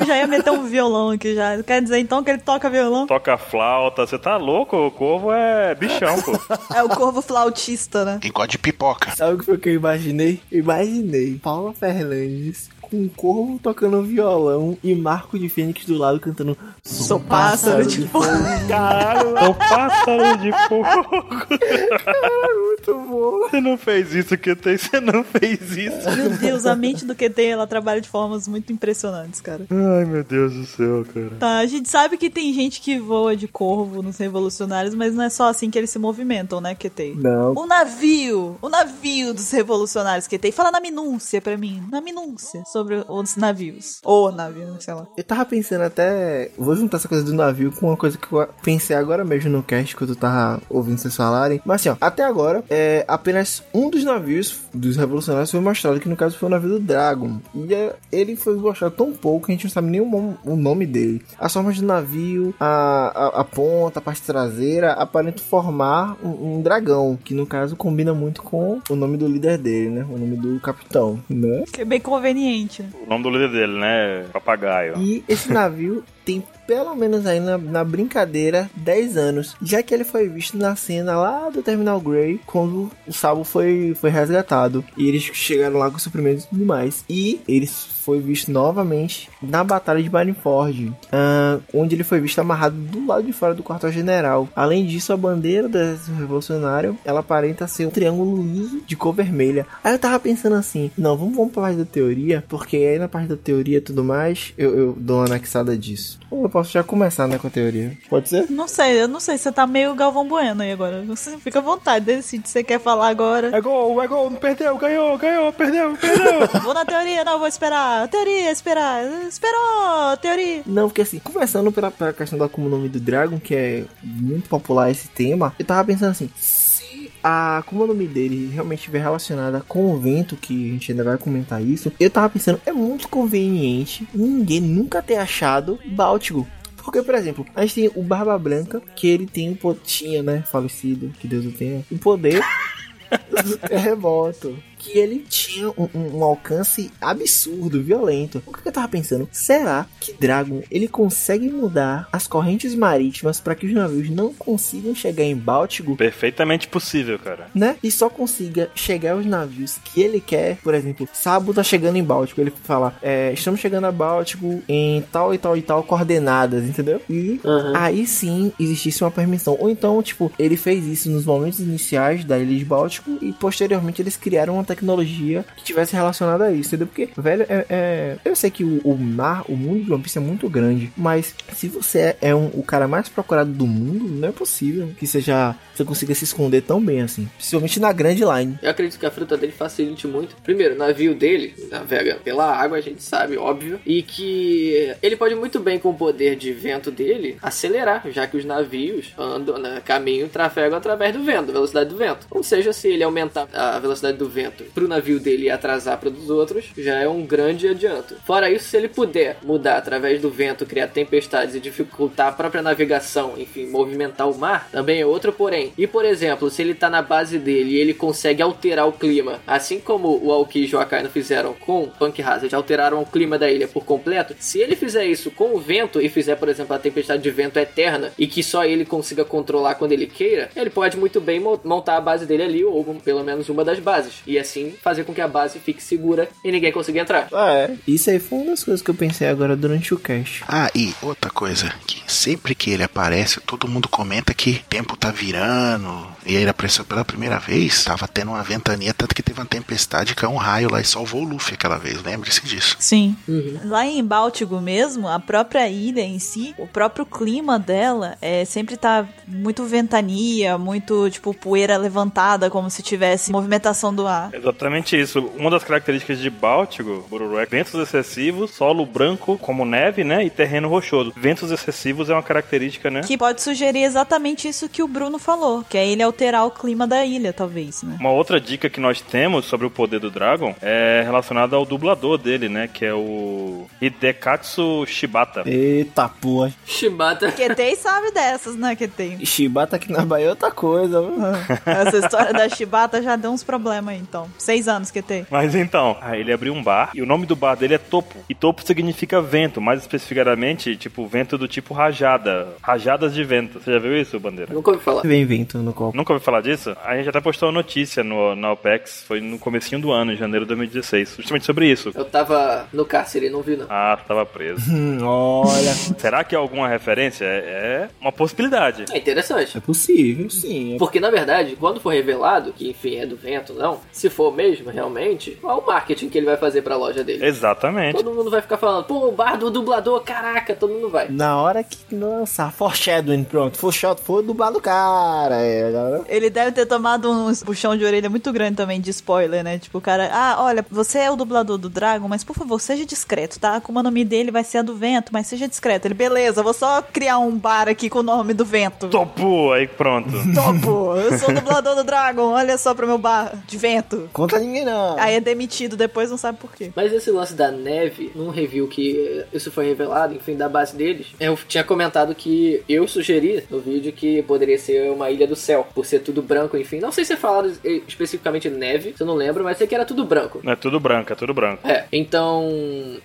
D: Eu já ia meter um violão aqui já. Quer dizer então que ele toca violão?
B: Toca flauta, você tá louco? O corvo é bichão, pô.
D: É o corvo flautista, né?
C: Igual de pipoca.
A: Sabe o que foi que eu imaginei? Eu Imaginei Paula Fernandes com um corvo tocando violão e Marco de Fênix do lado cantando
D: Sou pássaro de fogo.
B: Caralho, é um pássaro de fogo.
A: Muito bom.
B: Você não fez isso, que tem, você não fez isso.
D: Meu Deus, a mente do QT, ela trabalha de formas muito impressionantes, cara.
B: Ai, meu Deus do céu, cara.
D: Tá, a gente sabe que tem gente que voa de corvo nos revolucionários, mas não é só assim que eles se movimentam, né, QT?
A: Não.
D: O navio, o navio dos revolucionários que tem. Fala na minúcia pra mim, na minúcia sobre os navios. Ou navio, sei lá.
A: Eu tava pensando até. Vou juntar essa coisa do navio com uma coisa que eu pensei agora mesmo no cast, quando eu tava ouvindo vocês falarem. Mas assim, ó, até agora, é, apenas um dos navios dos revolucionários foi mostrado, que no caso foi o navio do Dragon. E é, ele foi mostrado tão pouco que a gente não sabe nem o, nom- o nome dele. As formas do navio, a, a, a ponta, a parte traseira, aparenta formar um, um dragão, que no caso combina muito com o nome do líder dele, né? O nome do capitão, né?
D: Que é bem conveniente. né?
B: O nome do líder dele, né? Papagaio.
A: E esse navio tem pelo menos aí na, na brincadeira 10 anos, já que ele foi visto na cena lá do Terminal Grey quando o Sabo foi, foi resgatado e eles chegaram lá com suprimentos e tudo mais. E ele foi visto novamente na Batalha de Marineford, ah, onde ele foi visto amarrado do lado de fora do quartel-general. Além disso, a bandeira do Exército Revolucionário ela aparenta ser um triângulo liso de cor vermelha. Aí eu tava pensando assim: não, vamos, vamos pra parte da teoria, porque aí na parte da teoria e tudo mais, eu, eu dou uma anexada disso. Ou eu posso já começar né, com a teoria? Pode ser?
D: Não sei, eu não sei, você tá meio Galvão Bueno aí agora. Você fica à vontade, decide se você quer falar agora.
B: É gol, é gol, perdeu, ganhou, ganhou, perdeu, perdeu.
D: Vou na teoria, não, vou esperar. Teoria, esperar. Esperou, teoria.
A: Não, porque assim, começando pela, pela questão da Akuma no Mi do Dragon, que é muito popular esse tema, eu tava pensando assim, se a Akuma no Mi dele realmente estiver relacionada com o vento, que a gente ainda vai comentar isso, eu tava pensando, é muito conveniente ninguém nunca ter achado Báltico. Porque, por exemplo, a gente tem o Barba Branca, que ele tem um potinha, né? Falecido, que Deus o tenha. O poder do terremoto. Que ele tinha um, um- um alcance absurdo, violento. O que que eu tava pensando? Será que Dragon ele consegue mudar as correntes marítimas para que os navios não consigam chegar em Báltico?
B: Perfeitamente possível, cara.
A: Né? E só consiga chegar aos navios que ele quer. Por exemplo, Sabo tá chegando em Báltico. Ele fala: é, Estamos chegando a Báltico em tal e tal e tal coordenadas, entendeu? E
E: Aham.
A: aí sim existisse uma permissão. Ou então, tipo, ele fez isso nos momentos iniciais da Ilha de Báltico e posteriormente eles criaram uma tecnologia que tivesse relacionada a isso, entendeu? Porque, velho, é, é- eu sei que o, o mar, o mundo de One Piece é muito grande, mas se você é, é um- o cara mais procurado do mundo, não é possível que seja, você consiga se esconder tão bem assim. Principalmente na Grand Line.
E: Eu acredito que a fruta dele facilite muito. Primeiro, o navio dele navega pela água, a gente sabe, óbvio. E que ele pode muito bem, com o poder de vento dele, acelerar, já que os navios andam, né, caminham, trafegam através do vento, velocidade do vento. Ou seja, se ele aumentar a velocidade do vento pro navio dele e atrasar para dos outros, já é um grande adianto. Fora isso, se ele puder mudar através do vento, criar tempestades e dificultar a própria navegação, enfim, movimentar o mar, também é outro porém. E, por exemplo, se ele tá na base dele e ele consegue alterar o clima, assim como o Aoki e Joakaino fizeram com Punk Hazard, alteraram o clima da ilha por completo, se ele fizer isso com o vento e fizer, por exemplo, a tempestade de vento eterna e que só ele consiga controlar quando ele queira, ele pode muito bem mo- montar a base dele ali, ou pelo menos uma das bases, e assim fazer com que a base fique segura e ninguém consiga entrar.
A: Ah, é. Isso aí foi uma das coisas que eu pensei agora durante o cast.
C: Ah, e outra coisa, que sempre que ele aparece, todo mundo comenta que o tempo tá virando. E ele apareceu pela primeira vez, tava tendo uma ventania, tanto que teve uma tempestade, caiu um raio lá e salvou o Luffy aquela vez, lembre-se disso.
D: Sim.
E: Uhum.
D: Lá em Báltico mesmo, a própria ilha em si, o próprio clima dela é sempre tá muito ventania, muito tipo poeira levantada, como se tivesse movimentação do ar.
B: Exatamente isso. Uma das características de Báltico, Bururu, é ventos excessivos, solo branco como neve, né? E terreno rochoso. Ventos excessivos é uma característica, né?
D: Que pode sugerir exatamente isso que o Bruno falou, que é ele alterar o clima da ilha, talvez, né?
B: Uma outra dica que nós temos sobre o poder do Dragon é relacionada ao dublador dele, né? Que é o Hidekatsu Shibata.
A: Eita porra.
E: Shibata
D: Ketei sabe dessas, né, Ketei?
A: Chibata aqui na Bahia é outra coisa, mano.
D: Essa história da Shibata já deu uns problemas aí, então. Seis anos, Ketei.
B: Mas então, ah, ele abriu um bar e o nome do bar dele é Topo. E Topo significa vento, mais especificadamente, tipo, vento do tipo rajada. Rajadas de vento. Você já viu isso, Bandeira?
E: Nunca ouvi falar.
A: Vem vento no copo.
B: Nunca ouviu falar disso? A gente até postou uma notícia no, na OPEX, foi no comecinho do ano, em janeiro de 2016, justamente sobre isso.
E: Eu tava no cárcere, não vi não.
B: Ah, tava preso.
A: Hum, olha.
B: Será que é alguma referência? É, é uma possibilidade.
E: É interessante.
A: É possível, sim.
E: Porque, na verdade, quando for revelado, que enfim é do vento, não, se for mesmo, realmente, qual é o marketing que ele vai fazer pra loja dele?
B: Exatamente.
E: Todo mundo vai ficar falando, pô, o bar do dublador, caraca, todo mundo vai.
A: Na hora que lançar Foreshadowing, pronto, Foreshadow foi dublado, cara. É, agora...
D: Ele deve ter tomado um puxão de orelha muito grande também de spoiler, né? Tipo, o cara, ah, olha, você é o dublador do Dragon, mas por favor, seja discreto, tá? Como o nome dele vai ser a do vento, mas seja discreto. Ele, beleza, vou só criar um bar aqui com o nome do vento.
B: Topo, aí pronto.
D: Topo, eu sou o dublador do Dragon, olha só pro meu bar de vento.
A: Conta ninguém não.
D: Aí é demitido, depois não sabe por quê.
E: Mas esse lance da neve, num review que eh, isso foi revelado, enfim, da base deles, eu tinha comentado que eu sugeri no vídeo que poderia ser uma ilha do céu, por ser tudo branco, enfim. Não sei se falaram eh, especificamente neve, se eu não lembro, mas sei que era tudo branco.
B: É tudo branco, é tudo branco.
E: É, então,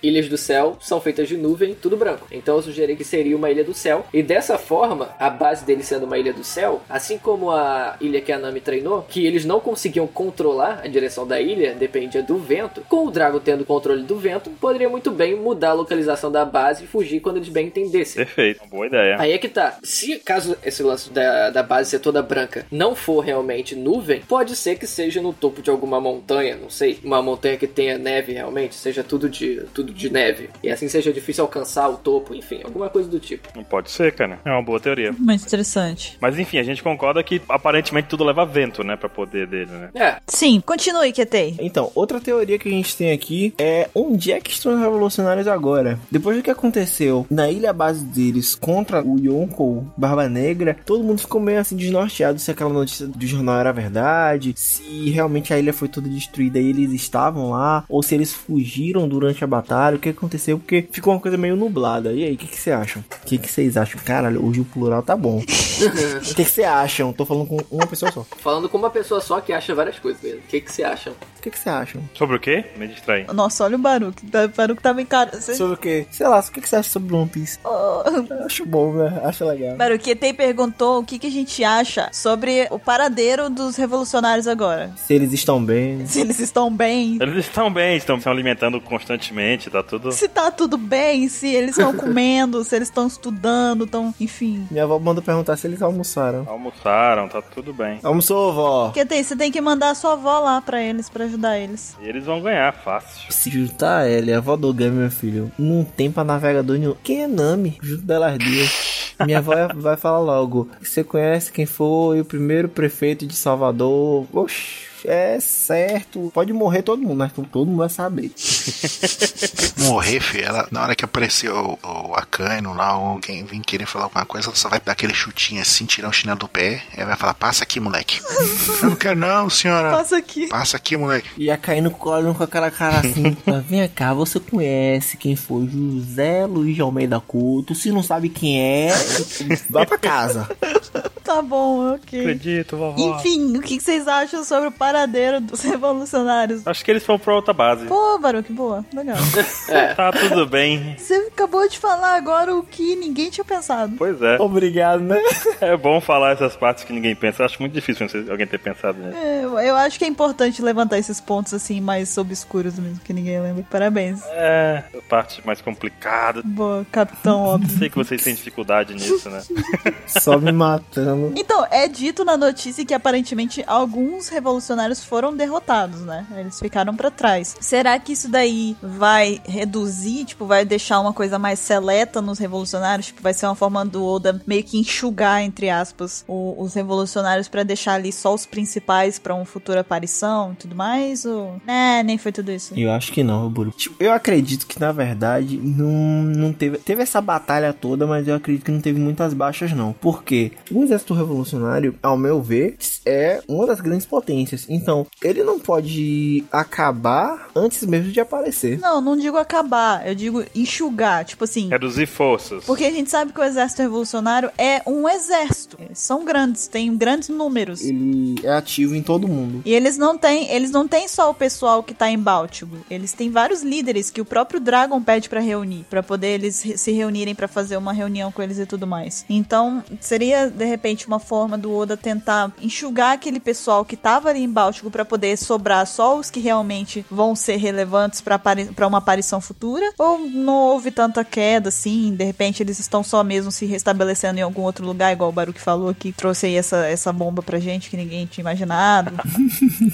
E: ilhas do céu são feitas de nuvem, tudo branco. Então eu sugeri que seria uma ilha do céu. E dessa forma, a base dele sendo uma ilha do céu, assim como a ilha que a Nami treinou, que eles não conseguiam controlar a direção da ilha, dependia do vento. Com o Drago tendo controle do vento, poderia muito bem mudar a localização da base e fugir quando eles bem entendessem.
B: Perfeito, uma boa ideia.
E: Aí é que tá. Se caso esse lance da, da base ser toda branca não for realmente nuvem, pode ser que seja no topo de alguma montanha, não sei. Uma montanha que tenha neve realmente, seja tudo de, tudo de neve. E assim seja difícil alcançar o topo, enfim, alguma coisa do tipo.
B: Não pode ser, cara. É uma boa teoria.
D: Muito interessante.
B: Mas enfim, a gente concorda que aparentemente tudo leva vento, né? Pra poder dele, né?
E: É,
D: Sim, continue, Ketei.
A: Então, outra teoria que a gente tem aqui é onde é que estão os revolucionários agora? Depois do que aconteceu na ilha base deles contra o Yonkou Barba Negra, todo mundo ficou meio assim desnorteado se aquela notícia do jornal era verdade, se realmente a ilha foi toda destruída e eles estavam lá, ou se eles fugiram durante a batalha, o que aconteceu? Porque ficou uma coisa meio nublada. E aí, o que vocês acham? O que vocês acham? Caralho, hoje o plural tá bom. O que vocês acham? Tô falando com uma pessoa só.
E: falando com uma pessoa só que acha várias coisas mesmo. O que que você acha?
A: O que vocês acham?
B: Sobre o quê? Me distraí.
D: Nossa, olha o Baruque. O Baruque tá bem caro. Você...
A: Sobre o quê? Sei lá, o que você acha sobre One Piece?
D: Oh.
A: Eu Acho bom, né? Acho legal.
D: Baruquetei perguntou o que, que a gente acha sobre o paradeiro dos revolucionários agora.
A: Se eles estão bem.
D: Se eles estão bem,
B: Eles estão bem, estão se alimentando constantemente, tá tudo.
D: se tá tudo bem, se eles estão comendo, se eles estão estudando, estão. Enfim.
A: Minha avó mandou perguntar se eles almoçaram.
B: Almoçaram, tá tudo bem.
A: Almoçou, vó?
D: Ketei, você tem que mandar a sua avó lá pra eles, pra ajudar eles.
B: E eles vão ganhar fácil.
A: Se juntar a Ellie, a avó do Gami, meu filho, não tem pra navegador nenhum. Quem é Nami? Junto delas duas. Minha avó é- vai falar logo. Você conhece quem foi o primeiro prefeito de Salvador? Oxi. É certo, pode morrer todo mundo, mas todo mundo vai saber.
C: Morrer, filho, ela, na hora que aparecer o, o Akano lá, ou alguém vir querer falar alguma coisa, ela só vai dar aquele chutinho assim, tirar o chinelo do pé, ela vai falar, passa aqui, moleque. eu não quero não, senhora.
D: Passa aqui.
C: Passa aqui, moleque.
A: E a caindo colo com aquela cara assim: "Ah, Vem cá, você conhece quem foi José Luiz de Almeida Couto? Se não sabe quem é, vai pra casa.
D: Tá bom, ok.
B: Acredito, vovó.
D: Enfim, o que, que vocês acham sobre o paradeiro dos revolucionários?
B: Acho que eles foram pra outra base.
D: Pô, Baruque, boa. Legal.
B: Tá tudo bem.
D: Você acabou de falar agora o que ninguém tinha pensado.
B: Pois é.
A: Obrigado, né?
B: É bom falar essas partes que ninguém pensa. Acho muito difícil vocês- alguém ter pensado nisso.
D: É, Eu, eu acho que é importante levantar esses pontos assim mais obscuros mesmo, que ninguém lembra. Parabéns.
B: É, a parte mais complicada.
D: Boa, capitão óbvio.
B: Sei que vocês têm dificuldade nisso, né?
A: Só me matando.
D: Então, é dito na notícia que aparentemente alguns revolucionários foram derrotados, né? Eles ficaram pra trás. Será que isso daí vai reduzir, tipo, vai deixar uma coisa mais seleta nos revolucionários? Tipo, vai ser uma forma do Oda meio que enxugar, entre aspas, o- os revolucionários pra deixar ali só os principais pra uma futura aparição e tudo mais? Ou... Né, nem foi tudo isso.
A: Eu acho que não, Buru. Tipo, eu acredito que na verdade não, não teve. Teve essa batalha toda, mas eu acredito que não teve muitas baixas, não. Porque o exército revolucionário, ao meu ver, é uma das grandes potências. Então, ele não pode acabar antes mesmo de aparecer.
D: Não, não digo acabar, eu digo enxugar. Tipo assim,
B: Reduzir forças.
D: Porque a gente sabe que o exército revolucionário é um exército. Eles são grandes, têm grandes números.
A: Ele é ativo em todo mundo.
D: E eles não têm, eles não têm só o pessoal que tá em Báltico. Eles têm vários líderes que o próprio Dragon pede pra reunir, Pra poder eles re- se reunirem pra fazer uma reunião com eles e tudo mais. Então, seria de repente realmente uma forma do Oda tentar enxugar aquele pessoal que tava ali em Báltico pra poder sobrar só os que realmente vão ser relevantes pra apari- pra uma aparição futura? Ou não houve tanta queda assim? De repente eles estão só mesmo se restabelecendo em algum outro lugar, igual o Baruch falou que trouxe aí essa, essa bomba pra gente que ninguém tinha imaginado?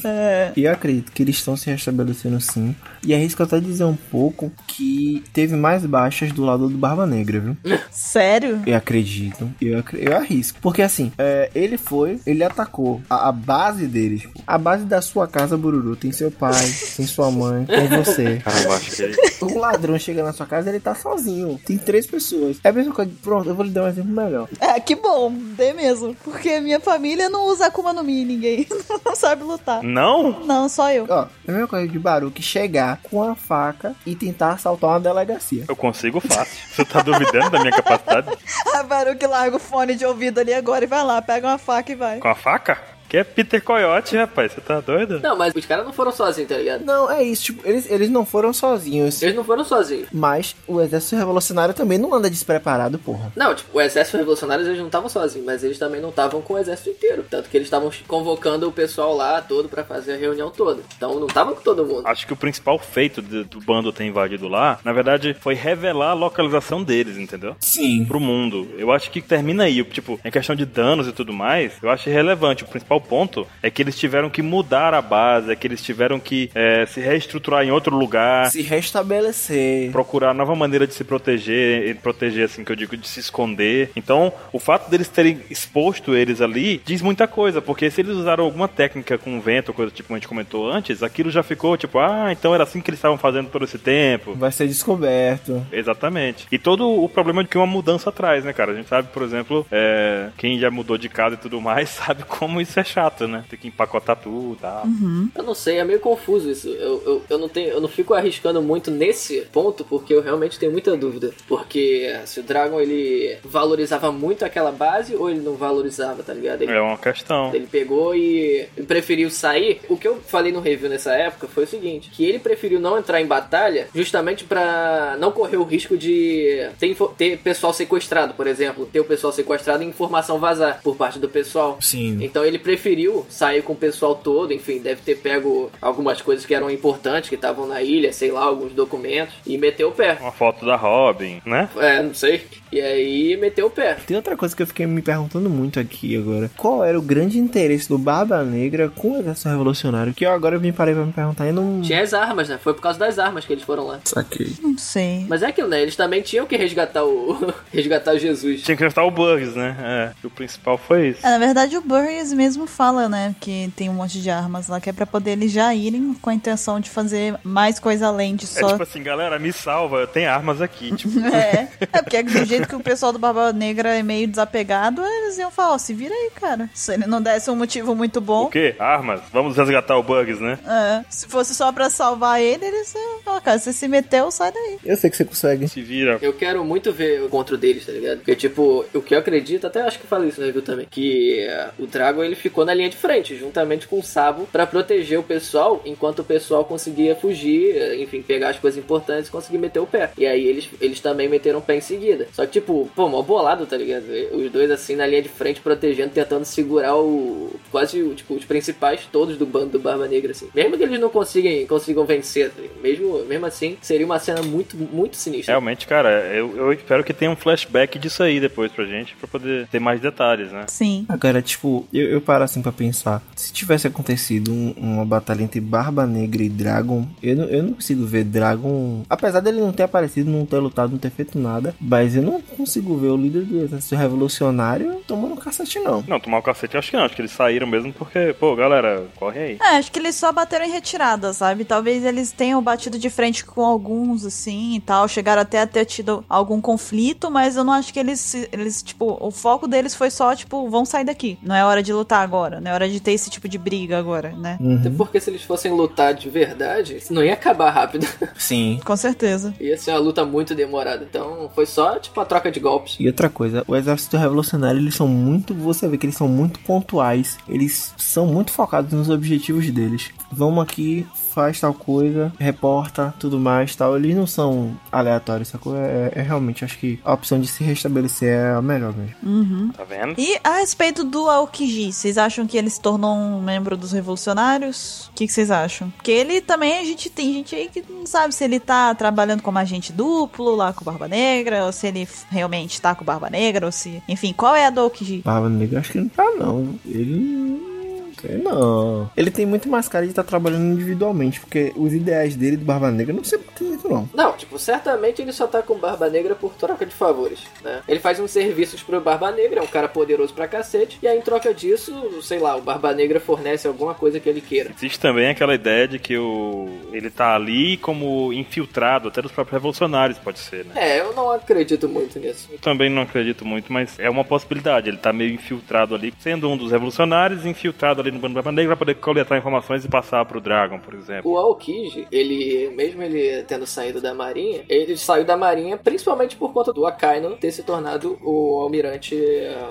D: é,
A: E eu acredito que eles estão se restabelecendo sim. E arrisco até dizer um pouco que teve mais baixas do lado do Barba Negra, viu?
D: sério?
A: Eu acredito. Eu, acre- eu arrisco. Porque assim, é, ele foi, ele atacou a, a base deles. pô. A base da sua casa, Bururu. Tem seu pai, tem sua mãe, tem você.
B: Caramba, acho que é
A: O ladrão chega na sua casa, ele tá sozinho. Tem três pessoas. É a mesma coisa. Pronto, eu vou lhe dar um exemplo melhor.
D: É, que bom, dê mesmo. Porque minha família não usa Akuma no Mi, ninguém não sabe lutar.
B: Não?
D: Não, só eu.
A: Ó, é a mesma coisa de Baruque chegar com a faca e tentar assaltar uma delegacia.
B: Eu consigo fácil. Você tá duvidando da minha capacidade?
D: A Baruque Ah, larga o fone de ouvido ali agora e vai lá, pega uma faca e vai.
B: Com a faca? Que é Peter Coyote, rapaz. Você tá doido?
E: Não, mas os caras não foram sozinhos, tá ligado?
A: Não, é isso. Tipo, eles, eles não foram sozinhos.
E: Eles não foram sozinhos.
A: Mas o exército revolucionário também não anda despreparado, porra.
E: Não, tipo, o exército revolucionário eles não estavam sozinhos, mas eles também não estavam com o exército inteiro. Tanto que eles estavam convocando o pessoal lá todo pra fazer a reunião toda. Então não estavam com todo mundo.
B: Acho que o principal feito de- do bando ter invadido lá, na verdade, foi revelar a localização deles, entendeu?
A: Sim.
B: Pro mundo. Eu acho que termina aí. Tipo, em questão de danos e tudo mais, eu acho irrelevante. O principal ponto é que eles tiveram que mudar a base, é que eles tiveram que eh, se reestruturar em outro lugar.
A: Se restabelecer.
B: procurar nova maneira de se proteger, e proteger assim que eu digo de se esconder. Então, o fato deles terem exposto eles ali diz muita coisa, porque se eles usaram alguma técnica com vento, coisa tipo como a gente comentou antes, aquilo já ficou tipo, ah, então era assim que eles estavam fazendo todo esse tempo.
A: Vai ser descoberto.
B: Exatamente. E todo o problema de que uma mudança traz, né, cara? A gente sabe, por exemplo, é, quem já mudou de casa e tudo mais sabe como isso é chato, né? Tem que empacotar tudo tá? e tal.
E: Eu não sei, é meio confuso isso. Eu, eu, eu não tenho, eu não fico arriscando muito nesse ponto, porque eu realmente tenho muita dúvida. Porque se o Dragon ele valorizava muito aquela base ou ele não valorizava, tá ligado? Ele
B: É uma questão.
E: Ele pegou e preferiu sair. O que eu falei no review nessa época foi o seguinte: que ele preferiu não entrar em batalha justamente pra não correr o risco de ter, info- ter pessoal sequestrado, por exemplo. Ter o pessoal sequestrado e informação vazar por parte do pessoal.
A: Sim.
E: Então ele preferiu sair com o pessoal todo, enfim, deve ter pego algumas coisas que eram importantes, que estavam na ilha, sei lá, alguns documentos, e meteu o pé.
B: Uma foto da Robin, né?
E: É, não sei. E aí meteu o pé.
A: Tem outra coisa que eu fiquei me perguntando muito aqui agora. Qual era o grande interesse do Barba Negra com o exército revolucionário? Que eu agora me parei pra me perguntar e não...
E: Tinha as armas, né? Foi por causa das armas que eles foram lá.
A: Saquei.
D: Não sei.
E: Mas é aquilo, né? Eles também tinham que resgatar o. resgatar o Jesus.
B: Tinha que enfrentar o Bugs, né? É. O principal foi isso.
D: É, na verdade, o Burns mesmo fala, né, que tem um monte de armas lá, que é pra poder eles já irem com a intenção de fazer mais coisa além de
B: É
D: só...
B: tipo assim, galera, me salva, eu tenho armas aqui. Tipo,
D: É, é porque do jeito que o pessoal do Barba Negra é meio desapegado, eles iam falar, ó, se vira aí, cara. Se ele não desse um motivo muito
B: o
D: bom,
B: quê? Armas? Vamos resgatar o Bugs, né?
D: é, se fosse só pra salvar ele, eles iam falar, cara, você se meteu, sai daí.
A: Eu sei que você consegue.
B: Se vira.
E: Eu quero muito ver o encontro deles, tá ligado? Porque, tipo, o que eu acredito, até acho que falei isso no review também, que eh, o Dragon ele ficou na linha de frente, juntamente com o Sabo, pra proteger o pessoal, enquanto o pessoal conseguia fugir, eh, enfim, pegar as coisas importantes e conseguir meter o pé. E aí eles, eles também meteram o pé em seguida. Só que, tipo, pô, mó bolado, tá ligado? Os dois, assim, na linha de frente, protegendo, tentando segurar o. quase, o, tipo, os principais todos do bando do Barba Negra, assim. Mesmo que eles não consigam, consigam vencer, tá ligado? mesmo, mesmo assim, seria uma cena muito, muito sinistra.
B: Realmente, cara, eu, eu espero que tenha um flashback disso aí depois pra gente, pra poder ter mais detalhes, né?
D: Sim.
A: Agora, tipo, eu, eu paro assim pra pensar. Se tivesse acontecido um- uma batalha entre Barba Negra e Dragon, eu não, eu não consigo ver Dragon. Apesar dele não ter aparecido, não ter lutado, não ter feito nada, mas eu não consigo ver o líder do exército revolucionário tomando cacete, não.
B: Não, tomar o cacete eu acho que não, acho que eles saíram mesmo porque, pô, galera, corre aí.
D: É, acho que eles só bateram em retirada, sabe? Talvez eles tenham batido de frente com alguns, assim, e tal. Chegaram até a ter tido algum conflito, mas eu não acho que eles, se- eles, tipo, o foco deles foi só, tipo, vão sair daqui. Não é hora de lutar agora, não é hora de ter esse tipo de briga agora, né?
E: Até porque se eles fossem lutar de verdade, isso não ia acabar rápido.
A: Sim.
D: Com certeza.
E: Ia ser uma luta muito demorada. Então foi só, tipo, a troca de golpes.
A: E outra coisa, o exército revolucionário ele são muito. Você vê que eles são muito pontuais. Eles são muito focados nos objetivos deles. Vamos aqui, faz tal coisa, reporta, tudo mais, tal. Eles não são aleatórios, sacou? É, é realmente, acho que a opção de se restabelecer é a melhor mesmo.
B: Tá vendo?
D: E a respeito do Aokiji, vocês acham que ele se tornou um membro dos revolucionários? O que, que vocês acham? Porque ele também, a gente tem gente aí que não sabe se ele tá trabalhando como agente duplo lá com o Barba Negra, ou se ele f- realmente tá com o Barba Negra, ou se. Enfim, qual é a do Aokiji?
A: Barba Negra, acho que não tá, não. Ele. não sei, Não. Ele tem muito mais cara de estar trabalhando individualmente, porque os ideais dele do Barba Negra não se batem muito, não.
E: Não, tipo, certamente ele só tá com Barba Negra por troca de favores, né? Ele faz uns serviços pro Barba Negra, é um cara poderoso pra cacete, e aí em troca disso, sei lá, o Barba Negra fornece alguma coisa que ele queira.
B: Existe também aquela ideia de que o ele tá ali como infiltrado, até dos próprios revolucionários, pode ser, né?
E: É, eu não acredito muito nisso.
B: Eu também não acredito muito, mas é uma possibilidade. Ele tá meio infiltrado ali, sendo um dos revolucionários, infiltrado ali no Bando Barba Negra pra poder coletar informações e passar pro Dragon, por exemplo.
E: O Aokiji, ele, mesmo ele tendo saído da marinha, ele saiu da marinha principalmente por conta do Akainu ter se tornado o almirante,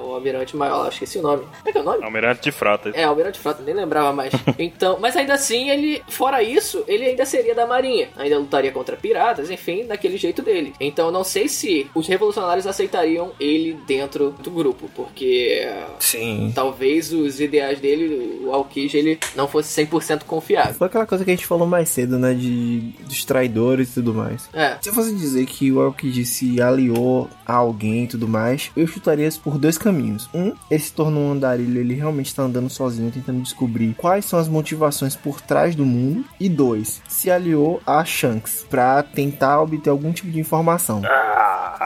E: o almirante maior, lá, esqueci o nome. Como é que é o nome?
B: Almirante um de Frota.
E: É, Almirante Frota, nem lembrava mais. Então, mas ainda assim, ele, fora isso, ele ainda seria da Marinha. Ainda lutaria contra piratas, enfim, daquele jeito dele. Então, não sei se os revolucionários aceitariam ele dentro do grupo, porque eh,
A: Sim.
E: talvez os ideais dele, o Alquij, ele não fosse 100% confiável.
A: Foi aquela coisa que a gente falou mais cedo, né? De dos traidores e tudo mais.
E: É.
A: Se eu fosse dizer que o Alkid se aliou a alguém e tudo mais, eu chutaria isso por dois caminhos. Um, ele se tornou um andarilho, ele realmente tá andando sozinho, tentando descobrir quais são as motivações por trás do mundo. E dois, se aliou a Shanks pra tentar obter algum tipo de informação.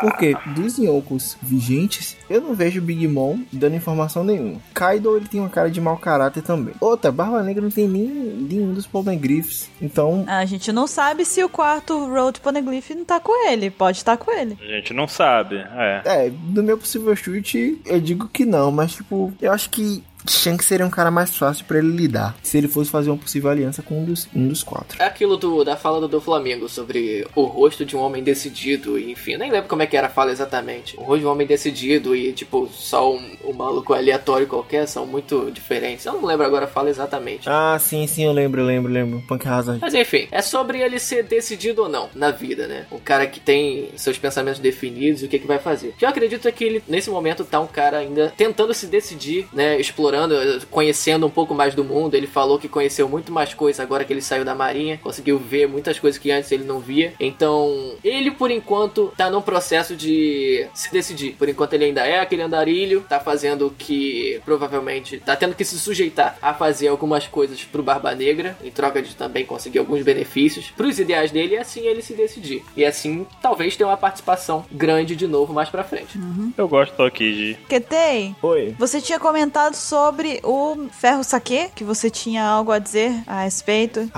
A: Porque dos Yonkos vigentes, eu não vejo o Big Mom dando informação nenhuma. Kaido, ele tem uma cara de mau caráter também. Outra, Barba Negra não tem nem nenhum dos Pomegriffs. Então,
D: A gente não sabe se o quarto Road Poneglyph não tá com ele. Pode estar com ele.
B: A gente não sabe, é.
A: é, do meu possível chute, eu digo que não. Mas, tipo, eu acho que Shanks seria um cara mais fácil pra ele lidar. Se ele fosse fazer uma possível aliança com um dos, um dos quatro.
E: É aquilo do- da fala do, do Flamengo sobre o rosto de um homem decidido, e, enfim, eu nem lembro como é que era a fala exatamente. O rosto de um homem decidido e, tipo, só um, um maluco aleatório qualquer são muito diferentes. Eu não lembro agora a fala exatamente.
A: Ah, sim, sim, eu lembro, eu lembro, eu lembro. Punk Hazard.
E: Mas enfim, é sobre ele ser decidido ou não na vida, né? Um cara que tem seus pensamentos definidos e o que, que vai fazer. O que eu acredito é que ele, nesse momento, tá um cara ainda tentando se decidir, né? Explorando, eh, conhecendo um pouco mais do mundo. Ele falou que conheceu muito mais coisas agora que ele saiu da marinha, conseguiu ver muitas coisas que antes ele não via. Então, ele por enquanto tá num processo de se decidir. Por enquanto ele ainda é aquele andarilho, tá fazendo o que provavelmente tá tendo que se sujeitar a fazer algumas coisas pro Barba Negra, em troca de também conseguir alguns benefícios pros ideais dele, e assim ele se decidir. E assim talvez tenha uma participação grande de novo mais pra frente.
B: Eu gosto do Okiji.
D: Ketei,
A: Oi.
D: Você tinha comentado sobre o ferro saque, que você tinha algo a dizer a respeito.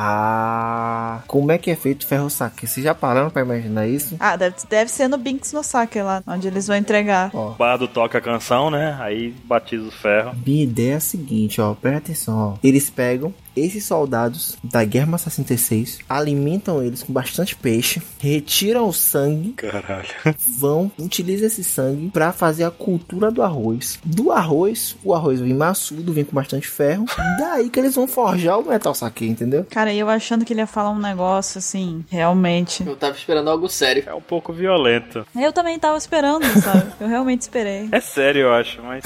A: Ah, como é que é feito o ferro saque? Vocês já pararam pra imaginar isso?
D: Ah, deve, deve ser no Binks no saque lá, onde eles vão entregar.
A: Ó,
B: O bardo toca a canção, né? Aí batiza o ferro.
A: Minha ideia é a seguinte, ó, presta atenção, ó. Eles pegam esses soldados da Guerra 66, alimentam eles com bastante peixe, retiram o sangue,
B: Caralho.
A: vão, utilizam esse sangue pra fazer a cultura do arroz. Do arroz, o arroz vem maçudo, vem com bastante ferro, daí que eles vão forjar o metal saque, entendeu?
D: Cara, eu achando que ele ia falar um negócio assim, realmente.
E: Eu tava esperando algo sério.
B: É um pouco violento.
D: Eu também tava esperando, sabe? Eu realmente esperei.
B: É sério, eu acho, mas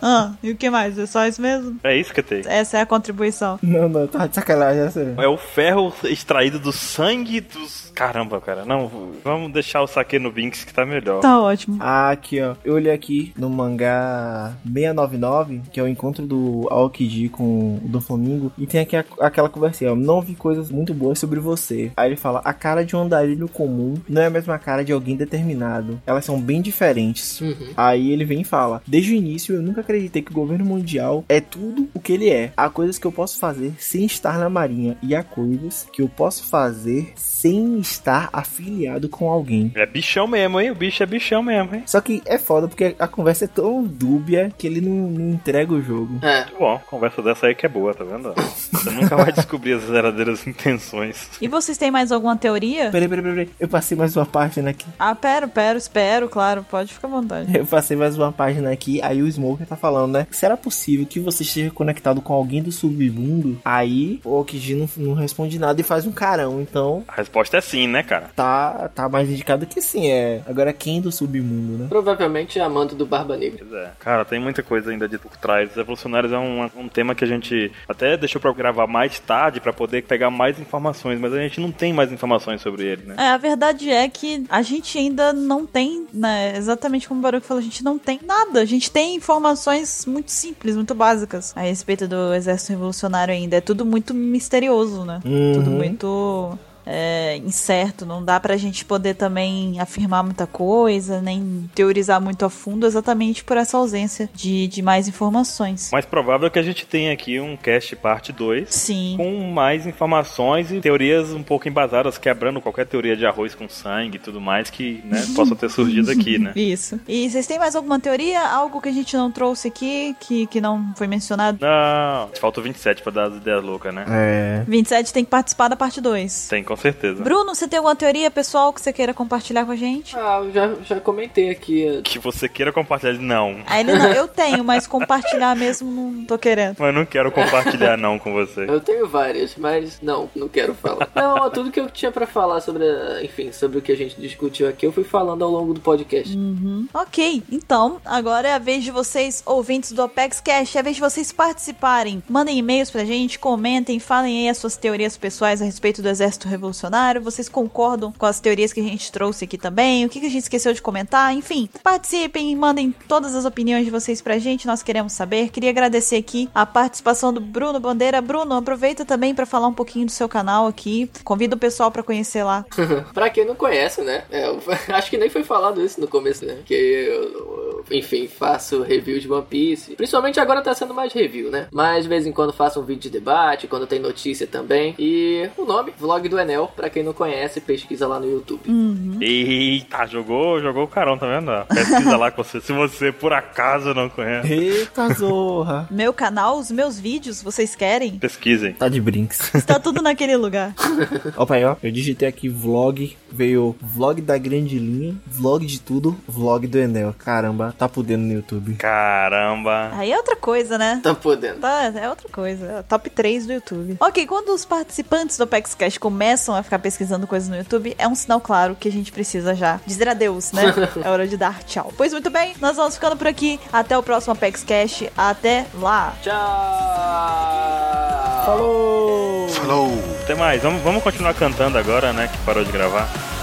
D: Ah, e o que mais? É só isso mesmo?
B: é isso que tem.
D: Essa é a contribuição.
A: Não, não, tá de sacanagem, é sério.
B: É o ferro extraído do sangue dos. Caramba, cara. Não, vamos deixar o saque no Binks que tá melhor.
D: Tá ótimo.
A: Ah, aqui ó, eu olhei aqui no mangá 699, que é o encontro do Aokiji com o do Flamingo, e tem aqui a- aquela conversinha, ó, não vi coisas muito boas sobre você. Aí ele fala, a cara de um andarilho comum não é a mesma cara de alguém determinado, elas são bem diferentes.
E: Uhum.
A: Aí ele vem e fala: Desde o início eu nunca acreditei que o governo mundial é tudo o que ele é. Há coisas que eu posso fazer fazer sem estar na Marinha e há coisas que eu posso fazer sem estar afiliado com alguém.
B: É bichão mesmo, hein? O bicho é bichão mesmo, hein?
A: Só que é foda porque a conversa é tão dúbia que ele não, não entrega o jogo.
E: É.
B: Muito Tá bom, conversa dessa aí que é boa, tá vendo? Você nunca vai descobrir as verdadeiras intenções.
D: E vocês têm mais alguma teoria?
A: Peraí, peraí, peraí, peraí. eu passei mais uma página aqui.
D: Ah, pera, pera, espero, claro, pode ficar à vontade.
A: Eu passei mais uma página aqui, aí o Smoker tá falando, né? Será possível que você esteja conectado com alguém do submundo? Aí o Okiji não, não responde nada e faz um carão, então
B: A resposta é sim, né, cara?
A: tá, tá mais indicado que sim, é. Agora quem do submundo, né?
E: Provavelmente a mando do Barba Negra.
B: Pois é. Cara, tem muita coisa ainda de por trás. Os evolucionários é um, um tema que a gente até deixou pra gravar mais tarde pra poder pegar mais informações, mas a gente não tem mais informações sobre ele, né?
D: É, a verdade é que a gente ainda não tem, né? Exatamente como o Baruch falou, a gente não tem nada. A gente tem informações muito simples, muito básicas a respeito do exército revolucionário ainda. É tudo muito misterioso, né? Tudo
A: Uhum.
D: muito. é, incerto, não dá pra gente poder também afirmar muita coisa, nem teorizar muito a fundo, exatamente por essa ausência de, de mais informações.
B: O mais provável é que a gente tenha aqui um cast parte 2
D: Sim.
B: com mais informações e teorias um pouco embasadas, quebrando qualquer teoria de arroz com sangue e tudo mais que né, possa ter surgido aqui, né?
D: Isso. E vocês têm mais alguma teoria? Algo que a gente não trouxe aqui, que, que não foi mencionado?
B: Não, falta o 27 pra dar as ideias loucas, né?
A: É.
D: 27 tem que participar da parte 2.
B: Tem, com certeza.
D: Bruno, você tem alguma teoria pessoal que você queira compartilhar com a gente?
E: Ah, eu já, já comentei aqui. eh,
B: Que você queira compartilhar, não.
D: Aí ele, não, eu tenho, mas compartilhar mesmo não tô querendo.
B: Mas não quero compartilhar, não, com você.
E: Eu tenho várias, mas não, não quero falar. Não, tudo que eu tinha pra falar sobre, eh, enfim, sobre o que a gente discutiu aqui, eu fui falando ao longo do podcast.
D: Ok, então agora é a vez de vocês, ouvintes do Apex Cash, é a vez de vocês participarem. Mandem e-mails pra gente, comentem, falem aí as suas teorias pessoais a respeito do Exército Revolucionário. Vocês concordam com as teorias que a gente trouxe aqui também? O que que a gente esqueceu de comentar? Enfim, participem, mandem todas as opiniões de vocês pra gente, nós queremos saber. Queria agradecer aqui a participação do Bruno Bandeira. Bruno, aproveita também pra falar um pouquinho do seu canal aqui. Convida o pessoal pra conhecer lá.
E: Pra quem não conhece, né? é, eu- acho que nem foi falado isso no começo, né? Que eu, eu, enfim, faço review de One Piece. Principalmente agora tá sendo mais review, né? Mas de vez em quando faço um vídeo de debate, quando tem notícia também. E o nome, Vlog do Enel, pra quem não conhece, pesquisa lá no YouTube.
B: Eita, jogou, jogou o carão, tá vendo? Ó, Pesquisa lá com você, se você por acaso não conhece.
A: Eita zorra.
D: Meu canal, os meus vídeos, vocês querem?
B: Pesquisem.
A: Tá de brinks.
D: Está tudo naquele lugar.
A: Opa aí, ó. Eu digitei aqui vlog, veio vlog da grande linha, vlog de tudo, vlog do Enel. Caramba, tá podendo no YouTube.
B: Caramba.
D: Aí é outra coisa, né?
E: Tá podendo.
D: Tá, é outra coisa. É o Top 3 do YouTube. Ok, quando os participantes do Apex Cash começam a ficar pesquisando coisas no YouTube, é um sinal claro que a gente precisa já dizer adeus, né? É hora de dar tchau. Pois muito bem, nós vamos ficando por aqui. Até o próximo Apex Cash. Até lá.
E: Tchau!
A: Falou!
C: Falou!
B: Até mais, vamos, vamos continuar cantando agora, né? Que parou de gravar.